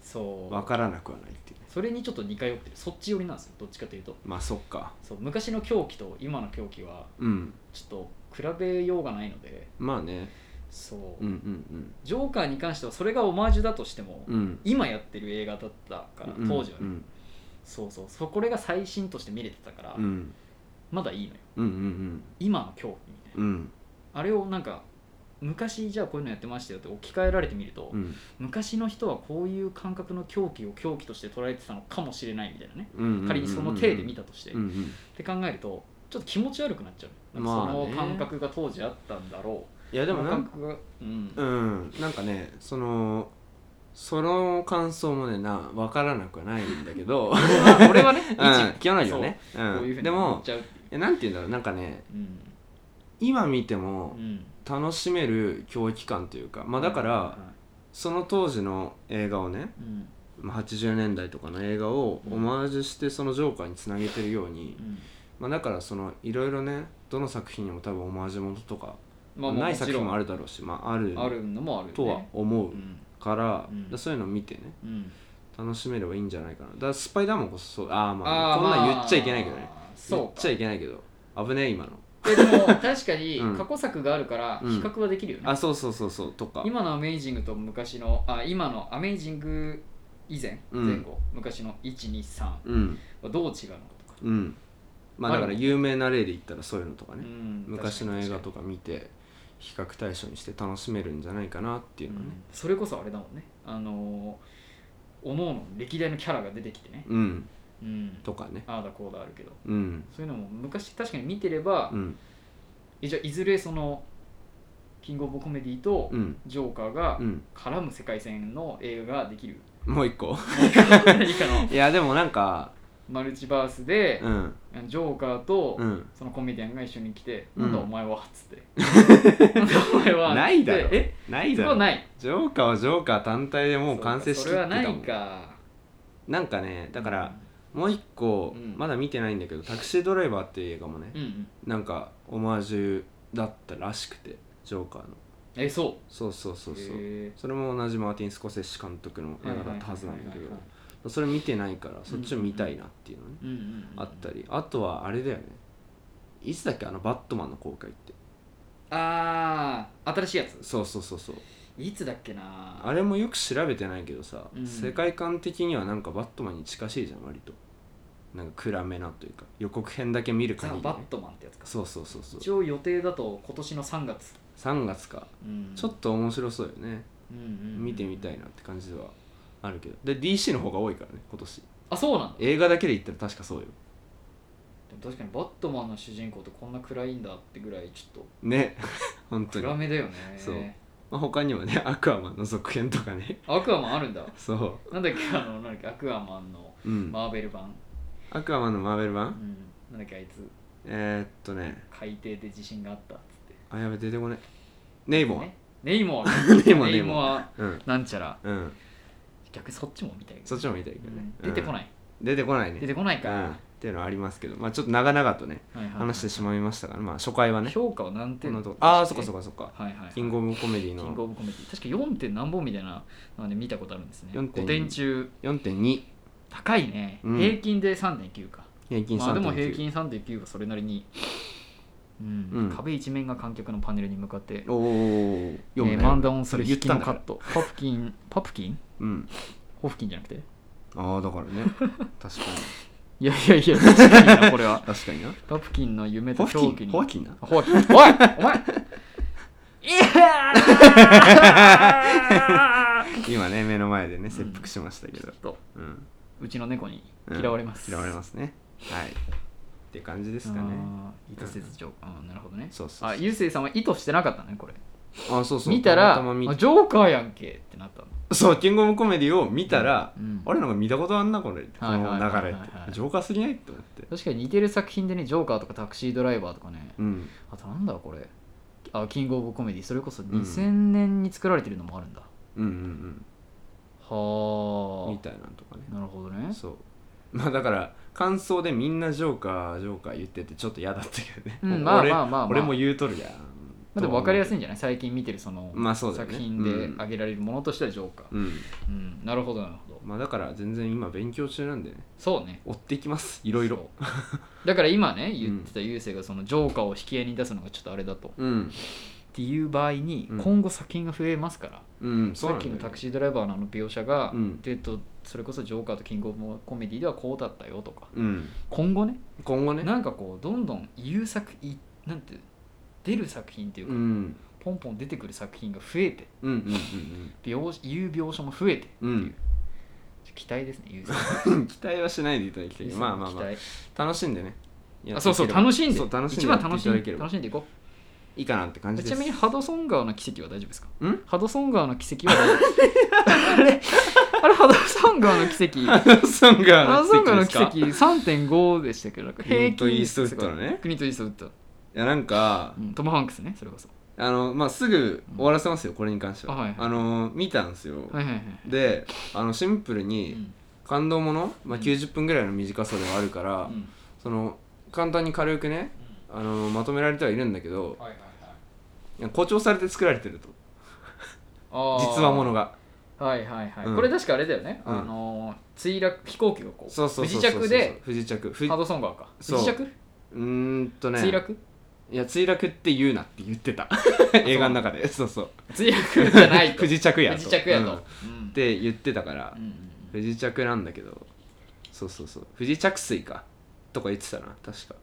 そう
まあ分からなくはないっていうね
それにちょっと似通ってるそっち寄りなんですよどっちかというと
まあそっか
そう昔の狂気と今の狂気は
うん
ちょっと比べようがないので
まあね
そう、
うんうん
ジョーカーに関してはそれがオマージュだとしても、
うんうん
今やってる映画だったから
うん
当時はね、
うん
そうそうそこれが最新として見れてたから、
うん
まだいいのよ
うんうん
今の狂気みたいな、
うんうん
あれをなんか昔じゃあこういうのやってましたよって置き換えられてみると、
うん
昔の人はこういう感覚の狂気を狂気として捉えてたのかもしれないみたいなね
うんうん
仮にその体で見たとして、
うんうん
って考えるとちょっと気持ち悪くなっちゃう、
まあね
その感覚が当時あったんだろ
いや
う
でもなん
感覚がうん
うんなんかねそのその感想もねな分からなくはないんだけど うん
まあ俺はね 一
聞かないよねう
こういうふうんに
で
思
も
っちゃう
いやなんて言うんだろうなんかね
うん
今見て
う
も
ん
楽しめる狂気感というかまあだからその当時の映画をね
うん
まあ80年代とかの映画を
うん
オマージュしてそのジョーカーにつなげてるように
う、ん
まあ、だからそのいろいろねどの作品にも多分オマージュものとか、
まあ
ない作品もあ
る
るだろうし、まあ、ある
あるのもあるよね
とは思う
うん
から,、
うん
そういうのを見てね
うん楽
楽しめればいいんじゃないかなだからスパイダーマンこそそうああまあ
あー
こんなん
まあ
言っちゃいけないけどね
そうか
言っちゃいけないけど危ねえ今の
えでも確か に
うん
過去作があるから比
うん
較はできるよね
あそうそうそうそうとか
今の「アメイジング」と昔のあ今の「アメイジング」以前
うん
前後昔の123は
うん
どう違うのかとか
うんまあだから有名な例で言ったらそういうのとか
う
ね、
ん
昔
確
の
かに
映画とか見て比較対象にして楽しめるんじゃないかなっていうのはね
それこそあれだもんねあのー、おのおの歴代のキャラが出てきてね、
うん、
うん、
とかね
ああだこうだあるけど
うん
そういうのも昔確かに見てれば、
うん
えじゃあいずれそのキングオブコメディと
うん
ジョーカーが
うん
絡む世界線の映画ができる
もう一個
何か の
いやでもなんか
マルチバースで
う、ん
ジョーカーと、
うん
そのコメディアンが一緒に来て「
うん
なんだお前は」っつって 「なんだお前は」
ないだろ
っつってえ
ない
そ
だ
こ
ろ
はない
ジョーカーはジョーカー単体でもう完成しき
そ
っ
う
て
か
た
それは
も
ない
ん
か
なんかねだから、もう一個、
うん
まだ見てないんだけど「タクシードライバー」っていう映画もね、
うんうん
なんかオマージュだったらしくてジョーカーの
えそう
そうそうそうそう、
へー
それも同じマーティン・スコセッシ監督の映画だったはずなんだけどそれ見てないからそっちを見たいなっていうのね、
うんうんうんうん
あったりあとはあれだよねいつだっけあのバットマンの公開って
ああ新しいやつ
そうそうそうそう
いつだっけな
あれもよく調べてないけどさ、
うん
世界観的にはなんかバットマンに近しいじゃん割となんか暗めなというか予告編だけ見る
ザ・
限り、ね、
バットマンってやつか
そうそうそうそう
一応予定だと今年の3月、
3月か
うん
ちょっと面白そうよね、
うんうんうん
見てみたいなって感じではあるけどで DC の方が多いからね今年
あそうなんだ
映画だけで言ったら確かそうよ
でも確かにバットマンの主人公ってこんな暗いんだってぐらいちょっ
ね本当
と
に、
暗
ま
めだよね
そうあ、他にもねアクアマンの続編とかね
アクアマンあるんだ
そ
なんだっけ あのなんだっけアクアマンの
ううん、
マーベル版、
アクアマンのマーベル
う
版
ん、なんだっけあいつ
えー、っとね
海底で地震があったっつって
あやべ出てこねネイボン、
ねネイモア
ネイモア
ネイモア
うん
なんちゃら
うん
逆にそっちも見たいけど
そっちも見たいけどね、、
うん出てこないい、
出てこないね
出てこないか、
うん、っていうのはありますけどまあちょっと長々とね
はいはいはい
話してしまいましたからまあ初回はね
評価は何
こ
点
んなとこああそっかそっ
か
かそっか
はいはいはい
キングオブコメディ
キン
の
グオブコメディ確か4点何本みたいなのはね見たことあるんですね
4.2
5点中
4.2
高いね、
うん
平均で3.9か
平均3.9、
まあでも平均3.9はそれなりにうん
うん
壁一面が観客のパネルに向かって、
おお
え
読むね
ー、漫談をする
それ
引き
言っ
の
たんだ
カットパプキンパプキン
うん
ホフキンじゃなく て
ああだから ね確かに
いやいやいや確かになこれは
確か にな
パプキンの夢と
ホワ
狂
キ
気
ン
に
ホワキンな
ホワキンおいお前いやー
今ね目の前でね切腹しましたけ
ちょ
ど
っ、と
うん
うちの猫に
うん
嫌われます、
嫌われますねはいって感じですかね
あー意図せずジョーク、うん、なるほどね
そうそうそう
あゆうせいさんは意図してなかったねこれ
あそうそう
見たら
たまたま見
あジョーカーやんけってなったの
そうキングオブコメディを見たら、
うん
あれなんか見たことあんなこれこ
はいはいはいはい
の
はい
流れって浄化すぎないって思って
確かに似てる作品でねジョーカーとかタクシードライバーとかね
うん
あとなんだこれあキングオブコメディそれこそ
ん
2000年に作られてるのもあるんだ、
うんうんうんみ
は
たいなのとかね
あなるほどね
そうまあだから感想でみんなジョーカージョーカー言っててちょっと嫌だったけどね、
うん
もう
まあ
俺
まあまあまあ
俺も言うとるやん
まあ、でも分かりやす
い
いんじゃない最近見てるその、
まあそうだよ
作
ね
品で
うん
挙げられるものとしてはジョーカー、
うん
うんなるほどなるほど
まあだから全然今勉強中なんでね
そうね
追っていきますい
い
ろいろ
だから今ね言ってた優勢がそのジョーカーを引き合いに出すのがちょっとあれだと、っ
うん
ていう場合に、
うん
今後作品が増えますから
うんそう
さ
なんだ
っき
よ
のタクシードライバーのあの描写が、
うん
でえっとそれこそジョーカーとキングオブコメディではこうだったよとか
うん
今後ね
今後ね
なんかこうどんどん言う作いなんて出る作品っていう
う
か、
ん
ポンポン出てくる作品が増えて
うんうんうん
描言う描写も増えてっていう、
うん
期待ですね優勢
うん、 期待はしないでいただきたいけどまあまあ まあ
期
楽しんでね
待あそうそう楽しんで
そう楽しんで
一番楽しん
やっていただ
で
ければ
楽しんでいこ
いいかなって感
う
じで
ち
す
なみにハドソン川の奇跡は大丈夫ですか
ん
ハドソン川の奇跡は大丈夫 ですかあれあれハドソン川の奇跡
ハ ドソン
ハ
川
ドソン川
の
の
奇
奇
跡
跡
ですかい
3.5でした けどなんか平
クリントイ
均
ーストウッドのね
クリントイーストウッド、
やなんか
うん、トム・ハンクスねそれこそ
あのまあすぐ終わらせますよこれに関しては、
あはいはい
あの見たんですよ、
はいはいはい、
であのシンプル
う
に
ん
感動もの、まあ、
うん
90分ぐらいの短さではあるから、
うん
その簡単に軽くねあのまとめられてはいるんだけど
はいはいはい
いや誇張されて作られてると
あー
実話ものが
はいはいはい、
うん
これ確かあれだよね、
うん
あのー墜落飛行機がこう
そうそうそうそ
不
う
時
そう
着で
不時着不
ハドソン川か不
そう
時着、
うーんとね
墜落
いや墜落って言うなって言って た映画の中でそうそう
墜落じゃないと
不時着やと
不時着やと、
う
うん
っ
ん
て言ってたから
うんうんうん
不時着なんだけどそうそうそう不時着水かとか言ってたな確か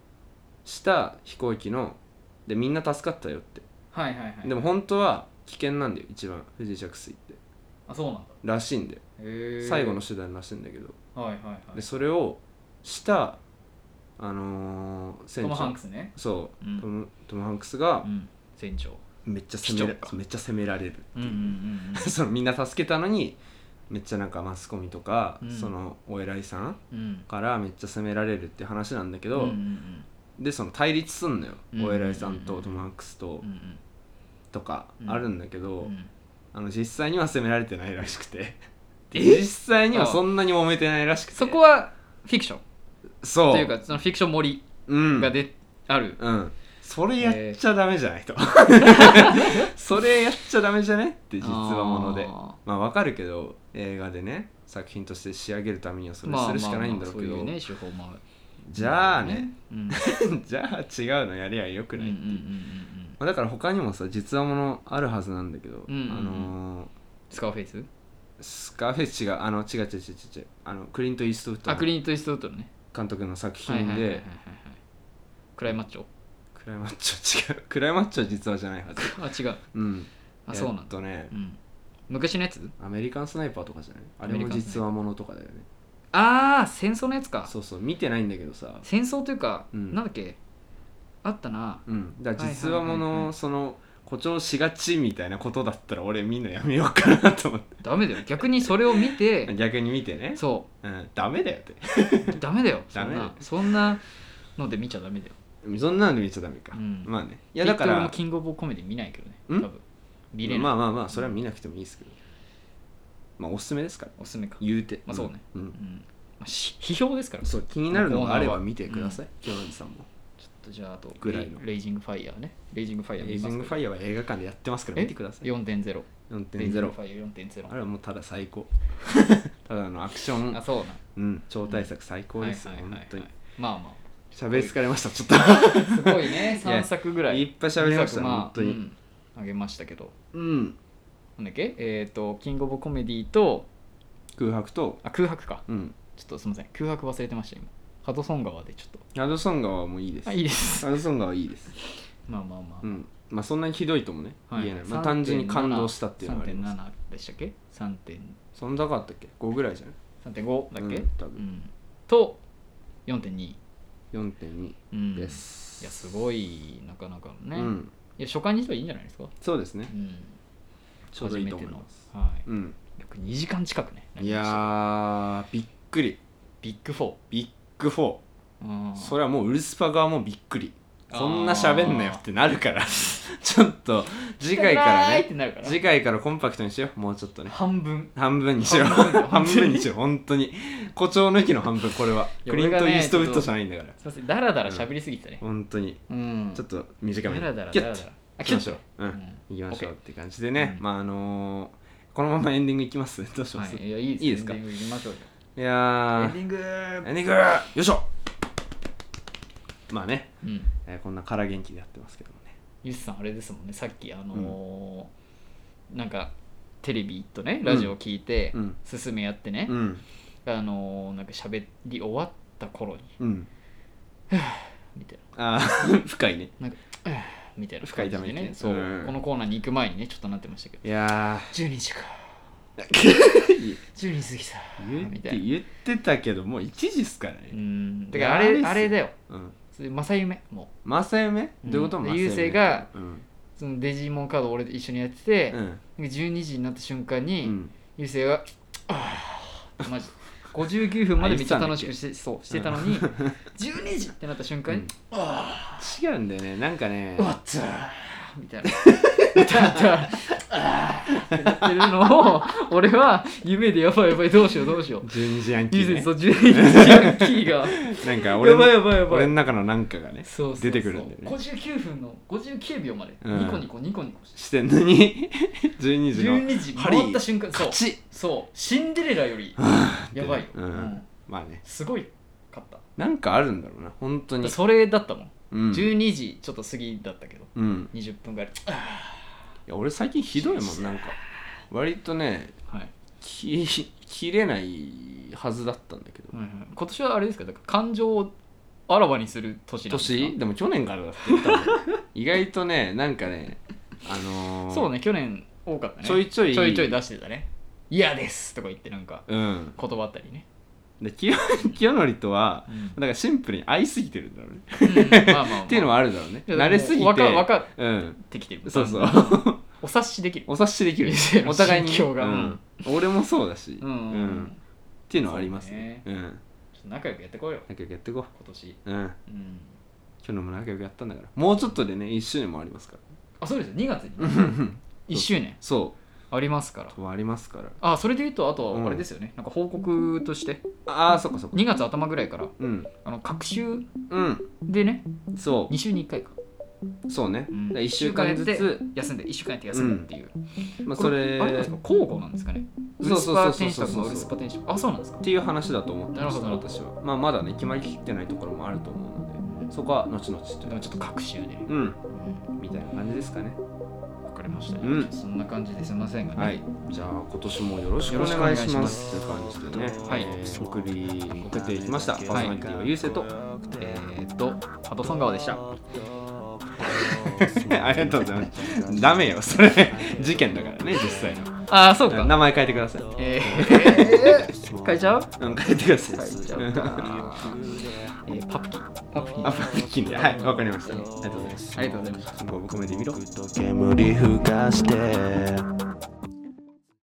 した飛行機のでみんな助かったよって
はいはいはい
でも本当は危険なんだよ一番不時着水って
あそうなんだ
らしいんで
へえ
最後の手段らしいんだけど
はいはいはい
でそれをしたあのー、船
トム・ハン
長
クスね
そう、
うん
トムトム・ハンクスが
うん船長
めっちゃ責め
機長
ら
か
めっちゃ責められる
うんうん
そのみんな助けたのにめっちゃなんかマスコミとか、
うん
そのお偉いさん
う んうん
からめっちゃ責められるって話なんだけ
うん
ど、
うんうん
でその対立すんのよ、
うん
お偉いさん
う
と
ん
トム・ハンクスと、
うんうん
とか
うん
あるんだけど、
うん
あの実際には責められてないらしくてで
え
実際にはそんなに揉めてないらしくて
そこはフィクション
そう
というかそのフィクション森
うん
がである
うんそれやっちゃダメじゃないと、 それやっちゃダメじゃねって実はもので
あ
まあわかるけど映画でね作品として仕上げるためにはそ
ー
れ
まあ
するしかないんだろう
まあまあそう
けど、
いうね手法もある
じゃあね、
うん、
じゃあ違うのやりゃよく
うん
な
う
い
んう
っ
ん
ていう、まあ、だから他にもさ実話ものあるはずなんだけど、
うんうんうん
あのー
スカーフェイス
スカーフェイス違うあの違う違う違う違うあのクリント・イーストウッド
あ
の
クリント・イーストウッドのね
監督の作
はい
品
はいはいはいはい
で
クライマッチョ
クライマッチョ違うクライマッチョは実話じゃないはず
あ違う
うん
あそうなん
えっ
だ、
とね
うん、昔のやつ
アメリカンスナイパーとかじゃないあ
ア
れ
メリ
も
カンスナイパー
実話ものとかだよね
ああ戦争のやつか
そうそう見てないんだけどさ
戦争というか、
うん
なんだっけあったな
うんだから実話も
はいはいはいは
の
い
その誇張しがちみたいなことだったら俺みんなやめようかなと思っ
ダメだよ逆にそれを見
て
て
逆に見てね
そ
うんダメだよって
うダメだよ
ダメだよ
そんなそんなので見ちゃダメだよ
そんなの見ちゃダメか
うん
まあねい
い
やだか
俺も
ら
キングオブコメディ見ないけどね多
ん
分見れない、
まあまあまあそれは見なくてもいいですけどまあおすすめですから
おすすめか
言うて
まあそうね
うんう
うんんまあ、し批評ですからちょ
そう気になるのがあれば見てください京南さんも
っとじゃああと
ぐらいの
レイレイジングファイヤーねレイジングファイヤー
エイジングファ
イ
イヤーは映画館でやってますから見てください
4.0
4.0
レイジングファイヤー4.0
あれはもうただ最 高ただのアクショ
あ
ン、
そうなん
うん、超大作最高ですよ、
はいはいはいはい
本当に
まあまあ
喋り疲れましたちょっと
すごいね3作ぐらい
いっぱい喋りました
三作あ
本当に
うんあげましたけど
うん
なんだっけえっ、とキングオブコメディと
空白と
あ空白か
うん
ちょっとすみません空白忘れてました今ハドソン川でちょっと
ハドソン川はもういいです
あいいです
ハドソン川はいいです
まあまあまあ、
うんまあそんなにひどいともね
はい
言えないまあ単純に感動したっていうのはあります
3.7でしたっけ3点
そんなかったっけ5ぐらいじゃない
3.5だっけ、
うん多
う
分
ん、と4.2、
4.2
うん、
です
いやすごいなかなかのね、
うん
いや初回にしてはいいんじゃないですか、
そうですね
うん、
ちょうどいいと思います
初めてのはい、
うん
約2時間近くね
いやーびっくり
ビッグフォ
ビッグフォ
ー
ーそ
それ
れはもうウルスパ側もびっくり
あー
こんな喋んなよってなるから ちょっと次回から
っ
ね
てなるから
次回からコンパクトにしようもうちょっとね
半分
半分にしよう
半分だよ
半分にしよう本当に誇張抜きの半分これは、
いや
クリン
俺
ト・
が
イ
ね
ーストウッドじゃないんだから
すいませんダラダラ喋りすぎてたね
本当に
うん
ちょっと短めに
ダラダラ
キ
ダ
ュ
ラ
ッ
ダ
と
ラ
い
あ
きましょうう
うん
いきましょうっ
OK
て感じでね、
うん
まああのーこのままエンディングいきます どうしま
は
す、
い
い、
いやいいです
いいですか
エンディングいきましょうよエ
や
ンディン
ー
グ
エンディングよいしょまあね、
うん
えーこんな空元気でやってますけどもね
ゆスさんあれですもんねさっきあのーなんかテレビとねラジオ聞いて
うん
進めやってね
うん
あのーなんか喋り終わった頃に
うん
みたいな
ああ 深いね
なんかうんみたいな
深いため息ね
感じでそう、
うん
このコーナーに行く前にねちょっとなってましたけど
いや
12時か
ー
12時過ぎた
言
み
ったて
いな
言ってたけどもう1時っすから
う
ね
んだからあれあれだよ
うん
それ正夢も
正夢
うん
どういうこと
で
正夢
雄星が
うん
うそのデジモンカード俺と一緒にやってて、
う
なんか
ん
12時になった瞬間に、
うん
優勢が「ああ」マジ59分までめっちゃ楽しくしてそうしてたのに、12時ってなった瞬間に
うん
「あ
違うんだよねなんかね
あ終わった」みたいな「みたいなああ」ってなってるのを俺は夢でやばいやばいどうしようどうしよう
12時ヤンキ
優
ー、
勢
ね
そう12時ヤンキーが
なんか 俺
や
の
ばいやばいやば
俺
い
の中のなんかがね
そうそうそ
出
う
てくるんだよね
59分の59秒まで、
うん
ニコニコニコニコして
してんのに 12時の
12時
ハリー
回った瞬間そう
チ
そうシンデレラより
って
やばいよ、
うん
うん
まあね
すごいかった
なんかあるんだろうな本当に
それだったもん、
うん、
12時ちょっと過ぎだったけど
うん、
20分ぐらい、
いや俺最近ひどいもんなんか割とね
はいはい
き切れないはずだったんだけど
はい、今年はあれですかだから感情をあらわにする年なんですか
年でも去年からだって言ったんだよ意外と ねなんかねあのー、
そうね去年多かったね
ちょいちょい
ちょいちょい出してたね「嫌です」とか言ってなんか
うん
断ったりね、
で清清則とは
うん
だからシンプルに会いすぎてるんだろうね、
まあまあ、まあ、
っていうのはあるだろうね
いや
慣れすぎて
わかわかっ
うん
てきてる
そうそう
だんだんお察しできる
お察し できる
いやいや
お互いに
心境が
うん俺もそうだし、
うん、うん
う
う
んっ
ん、
ていうのはありますねうん
ちょっと仲良くやってこいよ
仲良くやっていこ
今年
ううん
うん
去年も仲良くやったんだからもうちょっとでね1周年もありますか
あそうですよ2月
ら
に1周年
そ
ありますから
うとはありますから
あそれで言うとあと
うん
はあれですよね、なんか報告として
ああそっかそっか
2月頭ぐらいから
うん
あの隔週
うん
でね
そ
2週に1回か,、
うそうね、
うん
1週間ず
一やっ
つ
て、休んで1週間やって休むっていう、
まあ、
こ
それ
あれなんですか交互なんですかねウルスパー天使とか
そうそうそうそうそう
ウルスパ天使あそうなんですか
っていう話だと思ってました
なるほど
私は、まあ、まだね決まりきってないところもあると思うのでそこは後々とい
で
う
もちょっと隔週でね、
うん
うん
みたいな感じですかね
わかりました、ね
うん
そんな感じですいませんがね、
はいじゃあ今年もよろしく
よ
お
ろしくお
願い
願い
し
し
ま
ます
と
す
いう感じでね、
はい
えー送り送っていきましたパーソナリティはゆうせと、
えー、っとハドソン川でした
ありがとうございますダメよそれ事件だからね実際の
ああそうか
名前変えてください
え ー、変えちゃう
うん変えてください
変えちゃうか、えー、パプキンパプキン
あ
あ
パッキンではいわかりましたありがとうございます
りがとうございました
ごめん見ろ
煙ふかして